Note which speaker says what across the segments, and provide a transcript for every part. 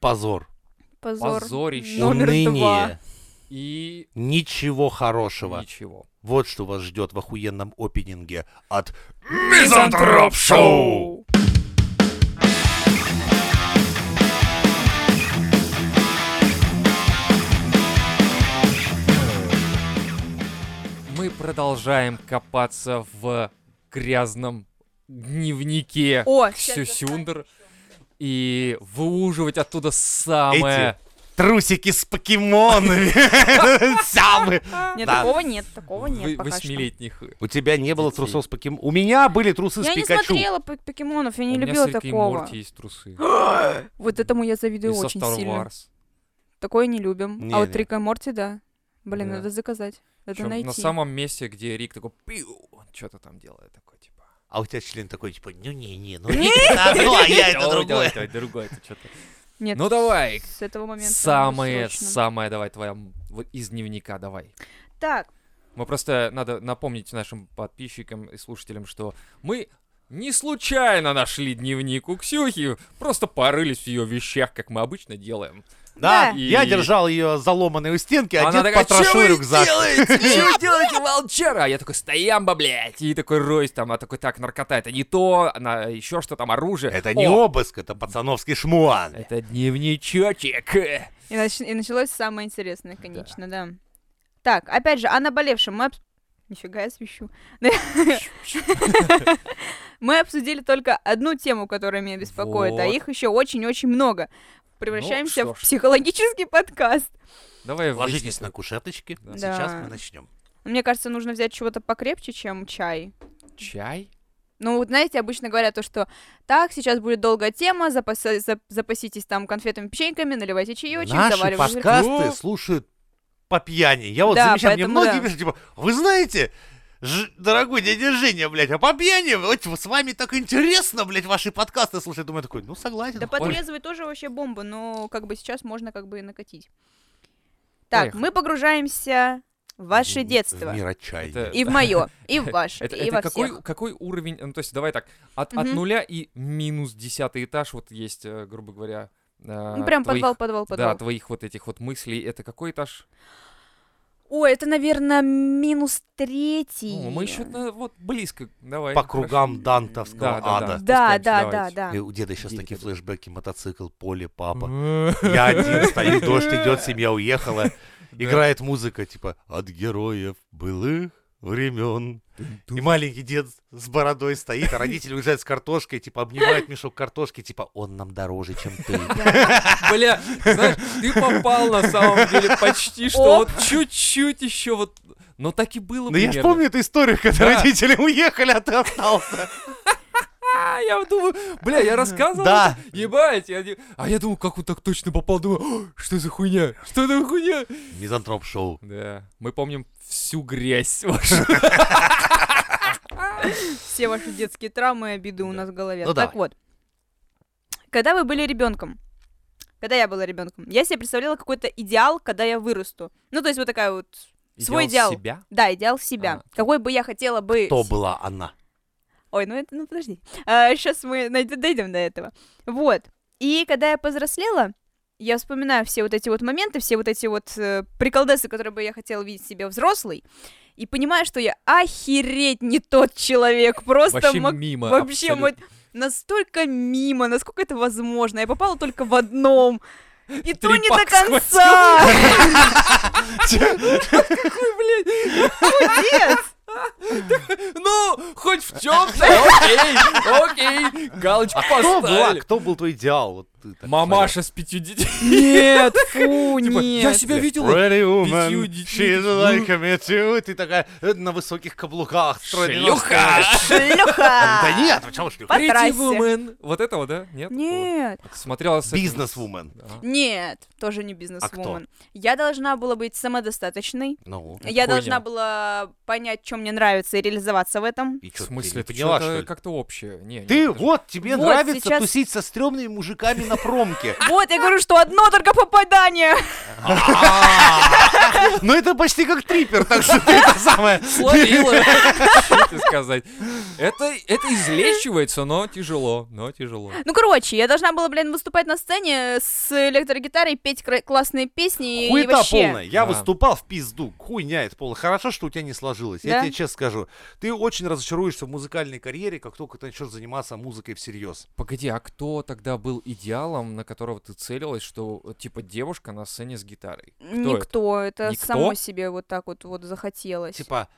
Speaker 1: позор,
Speaker 2: Позор.
Speaker 3: Позорище.
Speaker 2: Номер
Speaker 1: уныние,
Speaker 2: два.
Speaker 3: И
Speaker 1: ничего хорошего.
Speaker 3: ничего.
Speaker 1: Вот что вас ждет в охуенном опенинге от
Speaker 3: Мизантроп Шоу! Мы продолжаем копаться в грязном дневнике
Speaker 2: О, щас
Speaker 3: Ксюсюндер и выуживать оттуда самое...
Speaker 1: трусики с покемонами. Самый.
Speaker 2: Нет,
Speaker 1: Да.
Speaker 2: А, такого нет, такого
Speaker 3: вы-
Speaker 2: нет пока что.
Speaker 3: восьмилетних.
Speaker 1: У тебя не было
Speaker 3: Детей.
Speaker 1: трусов с покемонами. У меня были трусы
Speaker 2: Я
Speaker 1: с
Speaker 2: не
Speaker 1: Пикачу.
Speaker 2: смотрела пок- покемонов, я
Speaker 3: У
Speaker 2: не
Speaker 3: меня
Speaker 2: любила
Speaker 3: с Риком и
Speaker 2: такого.
Speaker 3: Морти есть трусы.
Speaker 2: Вот этому я
Speaker 3: И
Speaker 2: завидую
Speaker 3: со
Speaker 2: очень
Speaker 3: Star
Speaker 2: сильно.
Speaker 3: Wars.
Speaker 2: Такое не любим.
Speaker 1: Не,
Speaker 2: а вот
Speaker 1: не.
Speaker 2: Рика и Морти, да. Блин,
Speaker 3: Да.
Speaker 2: надо заказать. Надо
Speaker 3: Причём
Speaker 2: найти.
Speaker 3: на самом месте, где Рик такой, «Пиу», он что-то там делает такой, типа.
Speaker 1: А у тебя член такой, типа, ну не-не, ну это одно, а я это
Speaker 3: «Ой,
Speaker 1: другое.
Speaker 3: давай, давай, другое, это чё-то».
Speaker 2: Нет,
Speaker 3: Ну давай.
Speaker 2: С этого момента. надо
Speaker 3: Самое,
Speaker 2: срочно.
Speaker 3: самое, давай, твоя м- вот из дневника, давай.
Speaker 2: Так,
Speaker 3: Мы просто надо напомнить нашим подписчикам и слушателям, что мы не случайно нашли дневник у Ксюхи, просто порылись в ее вещах, как мы обычно делаем.
Speaker 1: Да,
Speaker 2: Да.
Speaker 1: я
Speaker 3: И-
Speaker 1: держал ее заломанной у стенки, а
Speaker 3: Она
Speaker 1: дед
Speaker 3: такая, «Чё
Speaker 1: потрошил
Speaker 3: вы
Speaker 1: рюкзак.
Speaker 3: делаете? Чё вы делаете, волчара? А я такой, стоямба, блядь. И такой, Ройс там, а такой, так, наркота, это не то, она еще что там, оружие.
Speaker 1: Это
Speaker 3: О,
Speaker 1: не обыск, это пацановский шмуан.
Speaker 3: Это дневничочек.
Speaker 2: и, нач- и началось самое интересное, конечно, да. Так, опять же, о наболевшем мы... обс- Нифига я свищу. Мы обсудили только одну тему, которая меня беспокоит, а
Speaker 3: Вот. Ну,
Speaker 2: их еще очень-очень много. Превращаемся
Speaker 3: что
Speaker 2: в
Speaker 3: ж.
Speaker 2: психологический подкаст.
Speaker 3: Давай
Speaker 1: Ложитесь
Speaker 3: выясним.
Speaker 1: на кушеточки,
Speaker 3: Да.
Speaker 1: сейчас
Speaker 2: Да.
Speaker 1: мы начнем.
Speaker 2: Мне кажется, нужно взять чего-то покрепче, чем чай.
Speaker 3: Чай?
Speaker 2: Ну, вот знаете, обычно говорят то, что так, сейчас будет долгая тема, запаса- зап- запаситесь там конфетами, печеньками, наливайте чаечек,
Speaker 1: Наши
Speaker 2: заваривайте...
Speaker 1: подкасты
Speaker 3: Ну.
Speaker 1: слушают по пьяни. Я вот
Speaker 2: Да,
Speaker 1: замечаю, мне
Speaker 2: поэтому
Speaker 1: многие
Speaker 2: да.
Speaker 1: пишут, типа, вы знаете, ж- дорогой дядя Женя, блядь, а по пьяни, вот с вами так интересно, блядь, ваши подкасты слушать. Думаю, такой, ну согласен.
Speaker 2: Да
Speaker 1: хуй.
Speaker 3: Ой.
Speaker 2: потрезвый тоже вообще бомба, но как бы сейчас можно как бы и накатить. Так,
Speaker 3: Поехали.
Speaker 2: мы погружаемся в ваше
Speaker 1: В-
Speaker 2: детство.
Speaker 1: В мир отчаяния.
Speaker 3: Это-
Speaker 2: И в мое, и в ваше,
Speaker 3: Это,
Speaker 2: и
Speaker 3: это
Speaker 2: во всех.
Speaker 3: какой, какой уровень? Ну, то есть, давай так, от, от
Speaker 2: Мгм.
Speaker 3: нуля и минус десятый этаж, вот есть, э, грубо говоря, э,
Speaker 2: Ну, прям подвал, подвал,
Speaker 3: а, Да,
Speaker 2: подвал.
Speaker 3: твоих вот этих вот мыслей. Это какой этаж?
Speaker 2: Ой, это, наверное, минус третий.
Speaker 3: Ну, мы еще вот близко. Давай. ну,
Speaker 1: По
Speaker 3: хорошо.
Speaker 1: кругам дантовского
Speaker 3: Да, да,
Speaker 1: ада.
Speaker 2: Да,
Speaker 3: спускаемся,
Speaker 2: да, да,
Speaker 3: давайте.
Speaker 2: да.
Speaker 1: И у деда сейчас
Speaker 3: Или
Speaker 1: такие
Speaker 3: как-
Speaker 1: флешбеки, мотоцикл, поле, папа.
Speaker 3: М.
Speaker 1: Я один стою, дождь идет, семья уехала.
Speaker 3: Да.
Speaker 1: Играет музыка, типа, от героев былых времен. И маленький дед с бородой стоит, а родители уезжают с картошкой, типа, обнимают мешок картошки, типа, он нам дороже, чем ты.
Speaker 3: Бля, знаешь, ты попал на самом деле почти что. Вот чуть-чуть еще вот. Но так и было
Speaker 1: Но Ну, я ж
Speaker 3: Ну, примерно.
Speaker 1: помню эту историю, когда
Speaker 3: Да.
Speaker 1: родители уехали, а ты остался.
Speaker 3: А, я думаю, бля, я рассказывал?
Speaker 1: Да.
Speaker 3: это? Ебать, я не- А я думал, как он так точно попал, думаю, «О, что за хуйня? Что за хуйня?
Speaker 1: Мизантроп шоу.
Speaker 3: Да, мы помним всю грязь вашу.
Speaker 2: Все ваши детские травмы и обиды у нас в голове.
Speaker 1: Ну,
Speaker 2: так вот. Когда вы были ребенком, когда я была ребенком, я себе представляла какой-то идеал, когда я вырасту. Ну, то есть вот такая вот, Свой идеал.
Speaker 3: себя?
Speaker 2: да, идеал себя.
Speaker 3: А.
Speaker 2: Какой бы я хотела бы...
Speaker 1: То была она.
Speaker 2: Ой, ну это, ну подожди. сейчас мы найд- дойдем до этого. Вот. И когда я повзрослела, я вспоминаю все вот эти вот моменты, все вот эти вот э, приколдесы, которые бы я хотела видеть себе взрослой, и понимаю, что я охереть не тот человек, просто
Speaker 3: Вообще
Speaker 2: мак-
Speaker 3: мимо.
Speaker 2: вообще
Speaker 3: абсолютно.
Speaker 2: вот настолько мимо, насколько это возможно. Я попала только в одном. И то не до
Speaker 3: Трипак
Speaker 2: конца. Молодец.
Speaker 3: Ну, хоть в чем-то, окей, окей, галочку
Speaker 1: А Кто была?
Speaker 3: поставили.
Speaker 1: Кто был твой идеал? Вот ты так
Speaker 3: Мамаша с пятью детьми.
Speaker 2: Нет, фу,
Speaker 3: Типа, я
Speaker 2: нет.
Speaker 3: себя
Speaker 1: смотрела.
Speaker 3: видел.
Speaker 1: Pretty woman,
Speaker 3: пятью детьми.
Speaker 1: she's like me too. Ты такая э, на высоких каблуках. А,
Speaker 3: Шлюха!
Speaker 2: Шлюха.
Speaker 1: Да нет, почему шлюха?
Speaker 2: По трассе.
Speaker 3: woman. Вот этого, да? Нет?
Speaker 2: Нет,
Speaker 3: Смотрела с этим-
Speaker 1: Бизнес-вумен.
Speaker 3: Ага.
Speaker 2: нет, тоже не
Speaker 3: А
Speaker 2: бизнес-вумен. Я должна была быть самодостаточной.
Speaker 1: Ну,
Speaker 3: Я
Speaker 2: Я
Speaker 3: понял.
Speaker 2: должна была понять, что мне нравится, и реализоваться в этом.
Speaker 1: и
Speaker 3: В
Speaker 1: чё, ты
Speaker 3: смысле,
Speaker 1: не
Speaker 3: это
Speaker 1: поняла,
Speaker 3: что-то
Speaker 1: что ли?
Speaker 3: как-то общее. Не, не,
Speaker 1: Ты
Speaker 3: подожди.
Speaker 1: вот, тебе
Speaker 2: Вот
Speaker 1: нравится
Speaker 2: сейчас-
Speaker 1: тусить со стрёмными мужиками на на промке.
Speaker 2: Вот, я говорю, что одно только попадание.
Speaker 3: А!
Speaker 1: Ну это почти как трипер, так что ты это самое.
Speaker 3: Словила. Что ты сказать? Это, это излечивается, но тяжело, но тяжело.
Speaker 2: Ну, короче, я должна была, блин, выступать на сцене с электрогитарой, петь кра- классные песни и
Speaker 1: Хуета
Speaker 2: вообще.
Speaker 1: полная. Я
Speaker 3: Да.
Speaker 1: выступал в пизду. Хуйня это полная. Хорошо, что у тебя не сложилось. Я
Speaker 2: Да?
Speaker 1: тебе честно скажу. Ты очень разочаруешься в музыкальной карьере, как только ты начнешь заниматься музыкой всерьез.
Speaker 3: Погоди, а кто тогда был идеалом, на которого ты целилась, что э, типа девушка на сцене с гитарой? Кто это?
Speaker 2: Никто, это
Speaker 3: Никто?
Speaker 2: само себе вот так вот вот захотелось.
Speaker 1: Типа,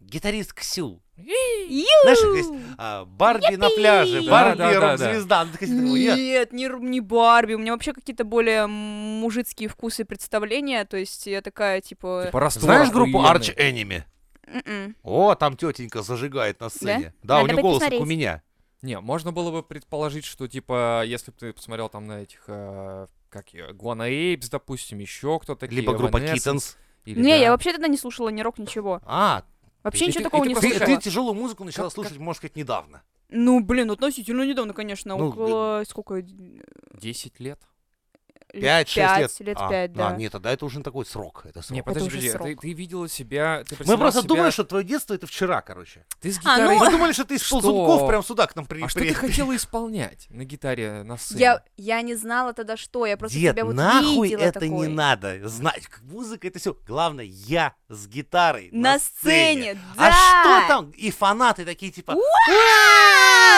Speaker 1: гитарист Ксю.
Speaker 2: Ю!
Speaker 1: Знаешь, как есть а, Барби на пляже,
Speaker 2: Япи!
Speaker 1: Барби
Speaker 3: Да, да, да,
Speaker 1: рок-звезда. Она такая сидит, ну, «Я
Speaker 2: Нет, не, Ру- не Барби. У меня вообще какие-то более мужицкие вкусы и представления. То есть я такая, типа...
Speaker 3: Типа раствор
Speaker 1: Знаешь группу
Speaker 3: охуенный.
Speaker 1: Arch Enemy?
Speaker 2: «М-м».
Speaker 1: О, там тетенька зажигает на сцене. Да, у
Speaker 2: Надо
Speaker 1: нее голос, как
Speaker 2: посмотреть.
Speaker 1: у меня.
Speaker 3: Не, можно было бы предположить, что типа, если бы ты посмотрел там на этих, э, как ее, Гуана Эйпс, допустим, еще кто-то.
Speaker 1: Либо группа
Speaker 3: Китон.
Speaker 1: Kittens.
Speaker 2: Не, я вообще тогда не слушала ни рок, ничего.
Speaker 1: А,
Speaker 2: Вообще
Speaker 3: И
Speaker 2: ничего
Speaker 3: ты- и
Speaker 2: такого
Speaker 3: ты
Speaker 2: не
Speaker 3: просто- а
Speaker 1: ты,
Speaker 2: слушала.
Speaker 1: ты тяжелую музыку начала
Speaker 3: Как-
Speaker 1: слушать, можно сказать, недавно.
Speaker 2: Ну, блин, относительно недавно, конечно,
Speaker 1: Ну,
Speaker 2: около сколько? э,
Speaker 3: 10 лет.
Speaker 2: Лет
Speaker 1: 5-6 лет.
Speaker 2: пять, лет
Speaker 1: А,
Speaker 2: пять, да.
Speaker 1: нет, тогда это уже не такой срок. Это срок.
Speaker 3: Не, подожди,
Speaker 2: уже
Speaker 3: подожди,
Speaker 2: срок.
Speaker 3: ты, ты видела себя, ты
Speaker 1: Мы
Speaker 3: представляла
Speaker 1: просто
Speaker 3: себя-
Speaker 1: думали, что твое детство это вчера, короче.
Speaker 3: Ты с
Speaker 2: А, ну,
Speaker 3: гитарой...
Speaker 1: Мы думали, что ты из
Speaker 3: Что?
Speaker 1: ползунков прям сюда к нам при...
Speaker 3: А что
Speaker 1: при-
Speaker 3: ты хотела исполнять на гитаре на сцене?
Speaker 2: Я, я не знала тогда что, я просто
Speaker 1: Дед,
Speaker 2: тебя вот
Speaker 1: нахуй
Speaker 2: видела
Speaker 1: это
Speaker 2: такой.
Speaker 1: не надо. Знать, как музыка это все. Главное, я с гитарой.
Speaker 2: На,
Speaker 1: На,
Speaker 2: сцене, да!
Speaker 1: А что там? И фанаты такие типа.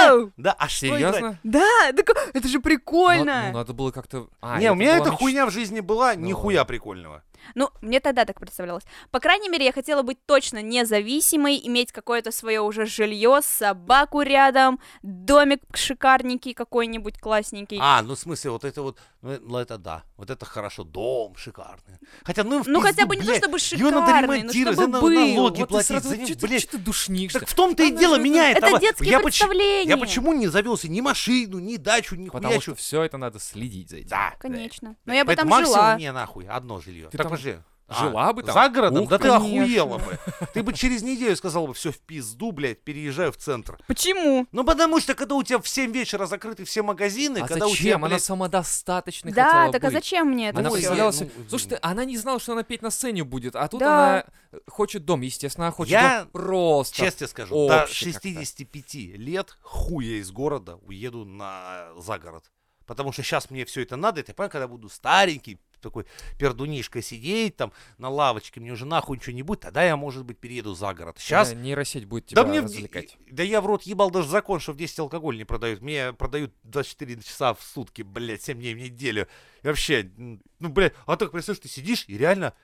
Speaker 2: Ау!
Speaker 1: Да, а что играть?
Speaker 3: Серьезно?
Speaker 2: Да, так это же прикольно.
Speaker 3: Ну, надо было как-то... А,
Speaker 1: Не, у меня
Speaker 3: была
Speaker 1: эта
Speaker 3: мечта.
Speaker 1: хуйня в жизни была,
Speaker 3: Ну
Speaker 1: нихуя
Speaker 3: ладно.
Speaker 1: прикольного.
Speaker 2: Ну, мне тогда так представлялось. По крайней мере, я хотела быть точно независимой, иметь какое-то свое уже жилье, собаку рядом, домик шикарненький какой-нибудь классненький.
Speaker 1: А, ну в смысле, вот это вот, ну э, ну, это да, вот это хорошо, дом шикарный. Хотя, ну, в
Speaker 2: ну, хотя
Speaker 1: пизду,
Speaker 2: бы не
Speaker 1: блядь, Его
Speaker 2: то чтобы шикарный,
Speaker 1: надо
Speaker 2: но
Speaker 1: ремонтировать,
Speaker 2: чтобы
Speaker 1: надо
Speaker 2: был.
Speaker 1: налоги
Speaker 3: Ну, Вот ты
Speaker 1: платить
Speaker 3: сразу,
Speaker 1: за них,
Speaker 3: чё ты-
Speaker 1: блядь.
Speaker 3: чё ты душнишься?
Speaker 1: Так в том-то и
Speaker 3: Она
Speaker 1: дело
Speaker 3: же-
Speaker 1: меня
Speaker 2: ну, Это
Speaker 1: этого-
Speaker 2: детские
Speaker 1: я поч-
Speaker 2: представления.
Speaker 1: Я почему не завелся ни машину, ни дачу, ни
Speaker 3: Потому
Speaker 1: хуячу?
Speaker 3: что все это надо следить за этим.
Speaker 1: Да.
Speaker 2: Конечно. Но я бы
Speaker 1: Поэтому
Speaker 2: там
Speaker 1: максимум
Speaker 2: жила.
Speaker 1: не нахуй, одно жилье.
Speaker 3: Ты
Speaker 1: так
Speaker 3: там
Speaker 1: подожди.
Speaker 3: жила бы там?
Speaker 1: За городом?
Speaker 3: Ух,
Speaker 1: да ты
Speaker 2: конечно.
Speaker 1: охуела бы. Ты бы через неделю сказала бы, все в пизду, блядь, переезжаю в центр.
Speaker 2: Почему?
Speaker 1: Ну потому что, когда у тебя в 7 вечера закрыты все магазины,
Speaker 3: А
Speaker 1: ну, когда у
Speaker 3: зачем?
Speaker 1: тебя,
Speaker 3: Она
Speaker 1: блядь,
Speaker 3: самодостаточной
Speaker 2: Да,
Speaker 3: хотела
Speaker 2: так а
Speaker 3: быть.
Speaker 2: зачем мне это
Speaker 3: Она
Speaker 1: Ну,
Speaker 2: всё?
Speaker 1: представляла
Speaker 3: представляла
Speaker 1: я-
Speaker 3: себе...
Speaker 1: ну,
Speaker 3: Слушай, ты, она не знала, что она петь на сцене будет, а тут
Speaker 2: Да.
Speaker 3: она э, хочет дом, естественно, она хочет
Speaker 1: Я-
Speaker 3: дом просто.
Speaker 1: Честно тебе скажу, до
Speaker 3: общий как-то.
Speaker 1: 65 лет хуя из города уеду на за город. Потому что сейчас мне все это надо, и ты понимаешь, когда буду старенький, такой пердунишка сидеть там на лавочке, мне уже нахуй ничего не будет, тогда я, может быть, перееду за город. Сейчас...
Speaker 3: Сейчас нейросеть будет тебя
Speaker 1: да мне в-
Speaker 3: развлекать.
Speaker 1: Да я в рот ебал даже закон, что в 10 алкоголь не продают. Мне продают 24 часа в сутки, блядь, 7 дней в неделю. И вообще, м, ну, блядь, а так представляешь, ты сидишь и реально,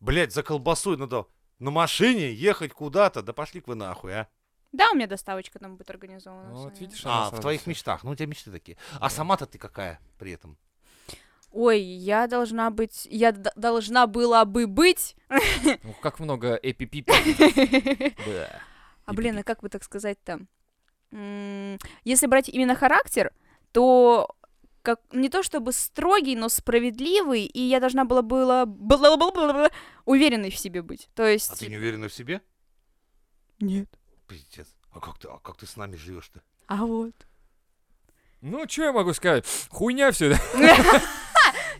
Speaker 1: блядь, за колбасой надо на машине ехать куда-то. Да пошли вы нахуй, а.
Speaker 2: Да, у меня доставочка там будет организована.
Speaker 3: Ну, вот
Speaker 2: своя.
Speaker 3: видишь, она
Speaker 1: А, в
Speaker 3: сразу
Speaker 1: твоих
Speaker 3: всё.
Speaker 1: мечтах. Ну, у тебя мечты такие. А сама-то ты какая при этом?
Speaker 2: Ой, я должна быть... Я д- должна была бы быть...
Speaker 3: Ну, как много эпипи.
Speaker 2: А блин, а как бы так сказать там? Если брать именно характер, то как не то чтобы строгий, но справедливый, и я должна была была, была, была, была- была уверенной в себе быть. То есть
Speaker 1: А ты не уверена в себе?
Speaker 2: нет.
Speaker 1: Пиздец. А как ты, а как ты с нами живешь-то?
Speaker 2: А вот.
Speaker 3: Ну, что я могу сказать? Хуйня все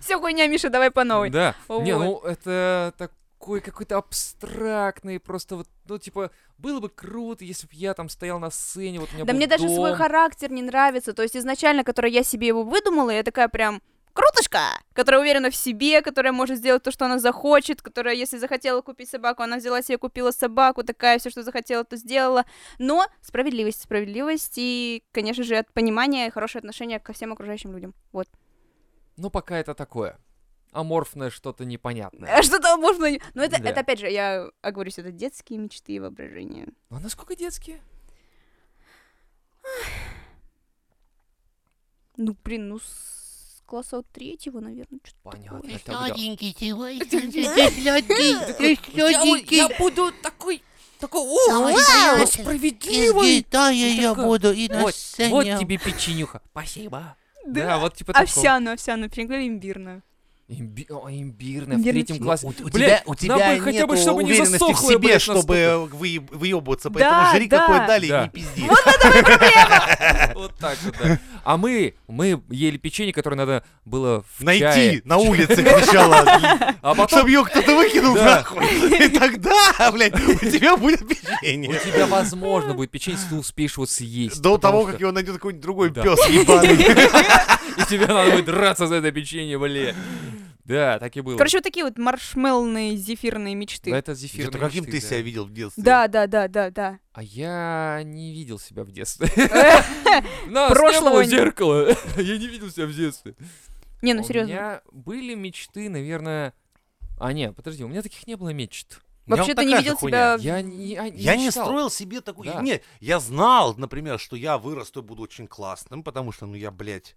Speaker 2: Все хуйня, Миша, давай по новой.
Speaker 3: Да. Не,
Speaker 2: Вот.
Speaker 3: ну это такой какой-то абстрактный, просто вот, ну, типа, было бы круто, если бы я там стоял на сцене, вот у меня
Speaker 2: Да
Speaker 3: был
Speaker 2: мне даже
Speaker 3: дом.
Speaker 2: свой характер не нравится. То есть изначально, который я себе его выдумала, я такая прям крутышка, которая уверена в себе, которая может сделать то, что она захочет, которая, если захотела купить собаку, она взяла себе, купила собаку, такая, все, что захотела, то сделала. Но справедливость, справедливость и, конечно же, от понимания и хорошее отношение ко всем окружающим людям. Вот.
Speaker 3: Ну, пока это такое. Аморфное что-то непонятное.
Speaker 2: А Что-то можно... Ну, это,
Speaker 3: Да.
Speaker 2: это опять же, я оговорюсь, это детские мечты и воображение.
Speaker 3: А насколько детские?
Speaker 2: Ну, блин, ну, с класса третьего, наверное, что-то
Speaker 3: Понятно.
Speaker 2: такое.
Speaker 3: тогда.
Speaker 4: Сладенький сегодня, сладенький,
Speaker 3: Я, вот-
Speaker 4: сладенький.
Speaker 3: я буду такой, такой,
Speaker 4: Давай,
Speaker 3: о,
Speaker 4: давай,
Speaker 3: справедливый.
Speaker 4: я
Speaker 3: такой,
Speaker 4: буду и на
Speaker 3: Вот, вот
Speaker 4: сцене.
Speaker 3: тебе печенюха. Спасибо.
Speaker 2: Да. А
Speaker 3: Да, вот типа такого.
Speaker 2: Овсяную, овсяную, перегнули имбирную.
Speaker 3: Имби... о, имбирная в
Speaker 2: Имбирный
Speaker 3: третьем
Speaker 2: чай.
Speaker 3: классе.
Speaker 1: Ну, у, у
Speaker 3: Блядь,
Speaker 1: тебя, у
Speaker 3: нам
Speaker 1: тебя
Speaker 3: бы хотя бы,
Speaker 1: нету
Speaker 3: чтобы не
Speaker 1: уверенности в
Speaker 3: засохло,
Speaker 1: себе,
Speaker 3: блядь,
Speaker 1: чтобы вы, выебываться,
Speaker 2: Да,
Speaker 1: поэтому жри
Speaker 2: да.
Speaker 1: какой дали и
Speaker 3: Да.
Speaker 1: не пизди.
Speaker 3: Вот так вот, да. А мы, мы ели печенье, которое надо было в
Speaker 1: Найти
Speaker 3: чае.
Speaker 1: на улице кричала,
Speaker 3: А потом
Speaker 1: чтобы ее кто-то выкинул
Speaker 3: Да.
Speaker 1: нахуй. И тогда, блядь, у тебя будет
Speaker 3: у
Speaker 1: печенье.
Speaker 3: тебя, возможно, будет печенье, если ты успеешь его съесть.
Speaker 1: До
Speaker 3: потому
Speaker 1: того,
Speaker 3: что-
Speaker 1: как его найдет какой-нибудь другой
Speaker 3: Да.
Speaker 1: пес ебаный.
Speaker 3: И тебе надо будет драться за это печенье, блин. Да, так и было.
Speaker 2: Короче, вот такие вот маршмеллные зефирные
Speaker 3: Но
Speaker 2: мечты.
Speaker 3: это зефир.
Speaker 1: Это каким ты себя видел в детстве?
Speaker 2: Да, да, да, да, да.
Speaker 3: А я не видел себя в детстве.
Speaker 2: Э,
Speaker 3: На
Speaker 2: Прошлого
Speaker 3: Прошлого
Speaker 2: не-
Speaker 3: зеркало. Я не видел себя в детстве.
Speaker 2: Не, ну
Speaker 3: У
Speaker 2: серьезно.
Speaker 3: меня были мечты, наверное... А, нет, подожди, у меня таких не было мечт.
Speaker 1: У меня
Speaker 2: Вообще
Speaker 1: вот
Speaker 2: ты не
Speaker 1: такая
Speaker 2: видел
Speaker 1: же хуйня.
Speaker 2: тебя в-
Speaker 3: Я не а,
Speaker 1: Я не
Speaker 3: мечтал.
Speaker 1: строил себе такой...
Speaker 3: Да.
Speaker 1: Нет, я знал, например, что я вырасту и буду очень классным, потому что, ну, я, блядь,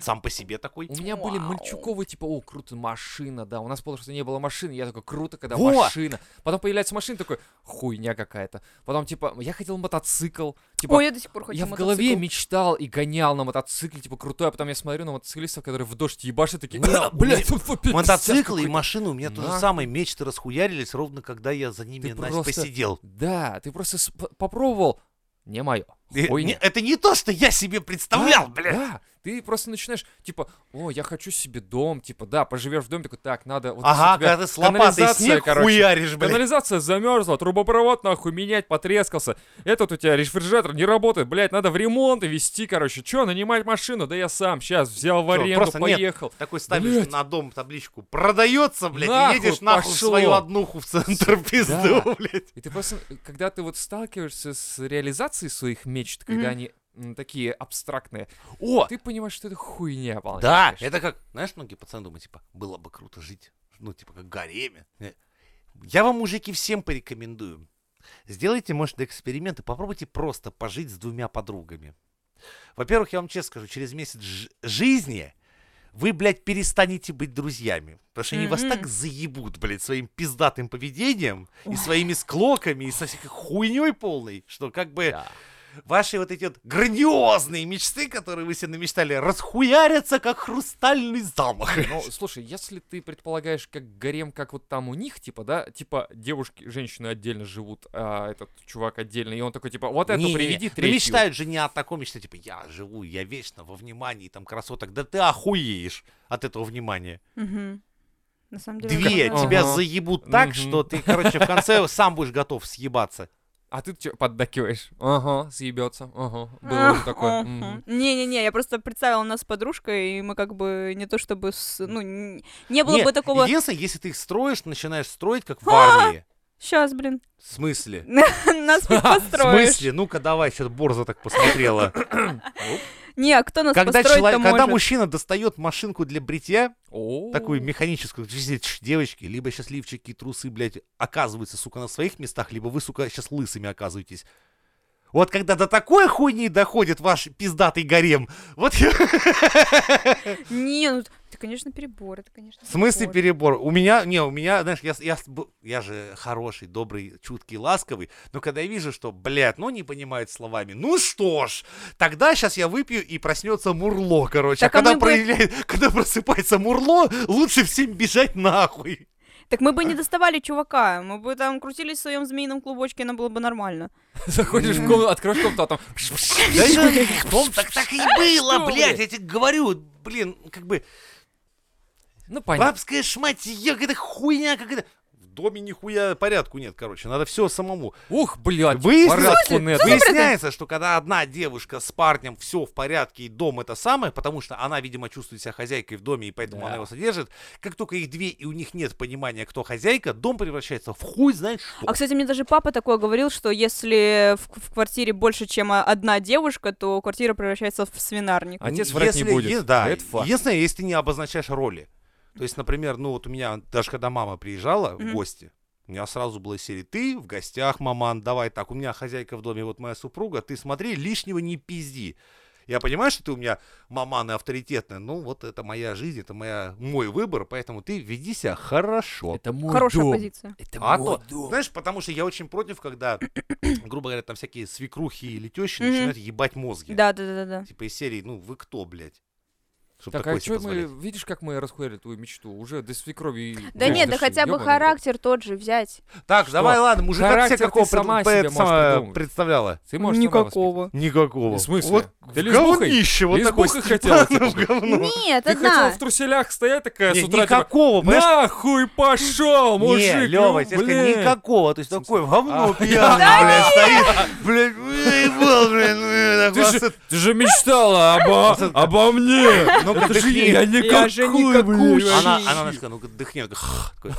Speaker 1: сам по себе такой.
Speaker 3: У меня были
Speaker 2: Вау.
Speaker 3: мальчуковые, типа, о, круто, машина, да. У нас потому что не было машины, я такой, круто, когда
Speaker 1: Во!
Speaker 3: машина. Потом появляется машина, такой, хуйня какая-то. Потом, типа, я хотел мотоцикл. Типа,
Speaker 2: Ой, я до сих пор хочу
Speaker 3: я в
Speaker 2: мотоцикл.
Speaker 3: голове мечтал и гонял на мотоцикле, типа, крутой, а потом я смотрю на мотоциклистов, которые в дождь ебашат, такие, «А,
Speaker 1: Да,
Speaker 3: блядь,
Speaker 1: Мотоциклы и машины у меня то же
Speaker 3: Нахуй.
Speaker 1: самое. Мечты расхуярились ровно, когда я за ними,
Speaker 3: Ты
Speaker 1: Настя,
Speaker 3: просто-
Speaker 1: посидел.
Speaker 3: Да, ты просто с- п- попробовал, не мое.
Speaker 1: И- Э, не- Это не то, что я себе представлял,
Speaker 3: Да,
Speaker 1: блядь.
Speaker 3: Да, ты просто начинаешь, типа, о, я хочу себе дом, типа, да, поживешь в доме, такой, так, надо... Вот если у
Speaker 1: Ага,
Speaker 3: тебя
Speaker 1: когда ты с лопатой
Speaker 3: канализация,
Speaker 1: снег
Speaker 3: короче,
Speaker 1: хуяришь, блядь.
Speaker 3: Канализация замерзла, трубопровод нахуй менять потрескался. Этот у тебя рефрижератор не работает, блядь, надо в ремонт и везти, короче. Че, нанимать машину? Да я сам сейчас взял в
Speaker 1: Всё,
Speaker 3: аренду,
Speaker 1: просто нет.
Speaker 3: поехал.
Speaker 1: Такой ставишь
Speaker 3: Блядь.
Speaker 1: на дом табличку. Продается, блядь,
Speaker 3: Нахуй
Speaker 1: и едешь нахуй в
Speaker 3: пошло.
Speaker 1: свою однуху в центр пизду, блядь.
Speaker 3: И ты просто, когда ты вот сталкиваешься с реализацией своих мечт, когда
Speaker 2: Мгм.
Speaker 3: они м, такие абстрактные,
Speaker 1: О,
Speaker 3: ты понимаешь, что это хуйня полная,
Speaker 1: да,
Speaker 3: конечно.
Speaker 1: это как, знаешь, многие пацаны думают, типа, было бы круто жить, ну, типа, как гареме. Э, Я вам, мужики, всем порекомендую. Сделайте, может, эксперименты, попробуйте просто пожить с двумя подругами. Во-первых, я вам честно скажу, через месяц ж- жизни вы, блядь, перестанете быть друзьями. Потому что они вас
Speaker 2: Мгм.
Speaker 1: так заебут, блядь, своим пиздатым поведением и своими склоками, и со всякой хуйней полной, что как бы
Speaker 3: Да.
Speaker 1: ваши вот эти вот грандиозные мечты, которые вы себе намечтали, расхуярятся, как хрустальный замок.
Speaker 3: Ну, слушай, если ты предполагаешь, как гарем, как вот там у них, типа, да, типа, девушки, женщины отдельно живут, а этот чувак отдельно, и он такой, типа, вот эту
Speaker 1: Не-не-не.
Speaker 3: приведи
Speaker 1: Ну,
Speaker 3: третью.
Speaker 1: мечтают же не о таком мечте, типа, я живу, я вечно во внимании, там, красоток. Да ты охуеешь от этого внимания.
Speaker 2: Мгм. На самом деле...
Speaker 1: Две
Speaker 2: возможно.
Speaker 1: тебя
Speaker 3: Ага.
Speaker 1: заебут так,
Speaker 3: Мгм.
Speaker 1: что ты, короче, в конце сам будешь готов съебаться.
Speaker 3: А ты чё, поддакиваешь? Ага, съебется, ага. Было уже такое. мгм.
Speaker 2: Не-не-не, я просто представила нас с подружкой, и мы как бы не то чтобы... с- Ну, н- не было
Speaker 1: Не,
Speaker 2: бы такого...
Speaker 1: Единственное, если ты их строишь, начинаешь строить, как в армии.
Speaker 2: Сейчас, блин,
Speaker 1: В смысле?
Speaker 2: нас не
Speaker 1: В
Speaker 2: построишь.
Speaker 1: смысле? Ну-ка давай, что-то Борза так посмотрела.
Speaker 2: Не, а кто нас
Speaker 1: Когда,
Speaker 2: построить-то
Speaker 1: человек- когда
Speaker 2: может?
Speaker 1: мужчина достает машинку для бритья,
Speaker 3: О.
Speaker 1: такую механическую, чисто, чш, девочки, либо сейчас лифчики и трусы, блядь, оказываются, сука, на своих местах, либо вы, сука, сейчас лысыми оказываетесь. Вот когда до такой хуйни доходит ваш пиздатый гарем, вот я-
Speaker 2: Не, ну, это, конечно, перебор, это, конечно,
Speaker 1: в смысле перебор.
Speaker 2: перебор.
Speaker 1: У меня, не, у меня, знаешь, я, с- я, с- б- я же хороший, добрый, чуткий, ласковый, но когда я вижу, что, блядь, ну не понимает словами, ну что ж, тогда сейчас я выпью и проснется мурло, короче.
Speaker 2: Так,
Speaker 1: а
Speaker 2: а
Speaker 1: когда,
Speaker 2: мы бы-
Speaker 1: проявляет- когда просыпается мурло, лучше всем бежать нахуй.
Speaker 2: Так мы бы
Speaker 3: Э.
Speaker 2: не доставали чувака, мы бы там крутились в своем змеином клубочке, и нам было бы нормально.
Speaker 3: Заходишь в комнату, откроешь комнату, а там...
Speaker 1: Да и потом так так и было,
Speaker 3: Что,
Speaker 1: блядь,
Speaker 3: блядь?
Speaker 1: я тебе говорю, блин, как бы
Speaker 3: Ну, понятно.
Speaker 1: бабская шматье, какая-то хуйня, какая-то... В доме нихуя порядку нет, короче, надо все самому.
Speaker 3: Ух, блядь,
Speaker 1: Выяснилось-
Speaker 3: порядку нет.
Speaker 1: Выясняется, что когда одна девушка с парнем все в порядке и дом это самое, потому что она, видимо, чувствует себя хозяйкой в доме и поэтому
Speaker 3: Да.
Speaker 1: она его содержит, как только их две и у них нет понимания, кто хозяйка, дом превращается в хуй знает что.
Speaker 2: А, кстати, мне даже папа такое говорил, что если в, в квартире больше, чем а, одна девушка, то квартира превращается в свинарник.
Speaker 3: Отец
Speaker 1: Н-
Speaker 3: врать не
Speaker 1: если
Speaker 3: будет.
Speaker 1: е- да,
Speaker 3: Это факт.
Speaker 1: единственное, если ты не обозначаешь роли. То есть, например, ну вот у меня, даже когда мама приезжала в
Speaker 2: Мгм.
Speaker 1: гости, у меня сразу была серия «Ты в гостях, маман, давай так, у меня хозяйка в доме, вот моя супруга, ты смотри, лишнего не пизди». Я понимаю, что ты у меня маман и авторитетная, ну вот это моя жизнь, это моя, мой выбор, поэтому ты веди себя хорошо.
Speaker 3: Это мой
Speaker 2: Хорошая
Speaker 3: дом.
Speaker 2: позиция.
Speaker 3: Это
Speaker 1: А
Speaker 3: мой
Speaker 1: то,
Speaker 3: дом.
Speaker 1: знаешь, потому что я очень против, когда, грубо говоря, там всякие свекрухи или тещи
Speaker 2: Мгм.
Speaker 1: начинают ебать мозги.
Speaker 2: Да, да, да, да.
Speaker 1: Типа из серии, ну вы кто, блядь? Чтоб
Speaker 3: Так,
Speaker 1: такое
Speaker 3: а
Speaker 1: себе
Speaker 3: что мы,
Speaker 1: позволять.
Speaker 3: видишь, как мы расхуярили твою мечту? Уже до свекрови... и
Speaker 2: Да нет, да
Speaker 3: дошли,
Speaker 2: хотя бы
Speaker 3: ёбаный рот.
Speaker 2: характер тот же взять.
Speaker 1: Так, давай, ладно, мужика
Speaker 3: Характер
Speaker 1: себе какого
Speaker 3: ты сама
Speaker 1: пред-
Speaker 3: себе
Speaker 1: пред-
Speaker 3: можешь
Speaker 1: самая
Speaker 3: придумать.
Speaker 1: представляла?
Speaker 3: Ты можешь сама воспитывать.
Speaker 1: Никакого.
Speaker 3: В смысле?
Speaker 1: Вот
Speaker 3: Ты
Speaker 1: в
Speaker 3: лесбухой?
Speaker 1: говнище, вот такой ну,
Speaker 3: Лесбухой хотела
Speaker 1: Степанов
Speaker 3: тебя
Speaker 1: говно.
Speaker 2: Нет,
Speaker 3: Ты хотела
Speaker 2: одна.
Speaker 3: в труселях стоять такая
Speaker 1: Не,
Speaker 3: типа, с утра, типа,
Speaker 1: никакого, понимаешь?
Speaker 3: нахуй пошел, мужик,
Speaker 1: не,
Speaker 3: ну,
Speaker 1: Лёва, тебе сказать,
Speaker 3: блин».
Speaker 1: никакого. То есть такой в говно
Speaker 3: А,
Speaker 1: пьяный, блядь, стоит. Блядь, ну, выебал, блядь, э,
Speaker 3: Ты же,
Speaker 1: класс.
Speaker 3: ты же мечтала обо, обо мне.
Speaker 1: Ну-ка,
Speaker 3: Это же
Speaker 1: дыхни.
Speaker 3: я никакой,
Speaker 4: Я же никакущий.
Speaker 3: блин.
Speaker 1: Она, она, знаешь, такая, ну-ка, дыхни, она такая, «Х», такой,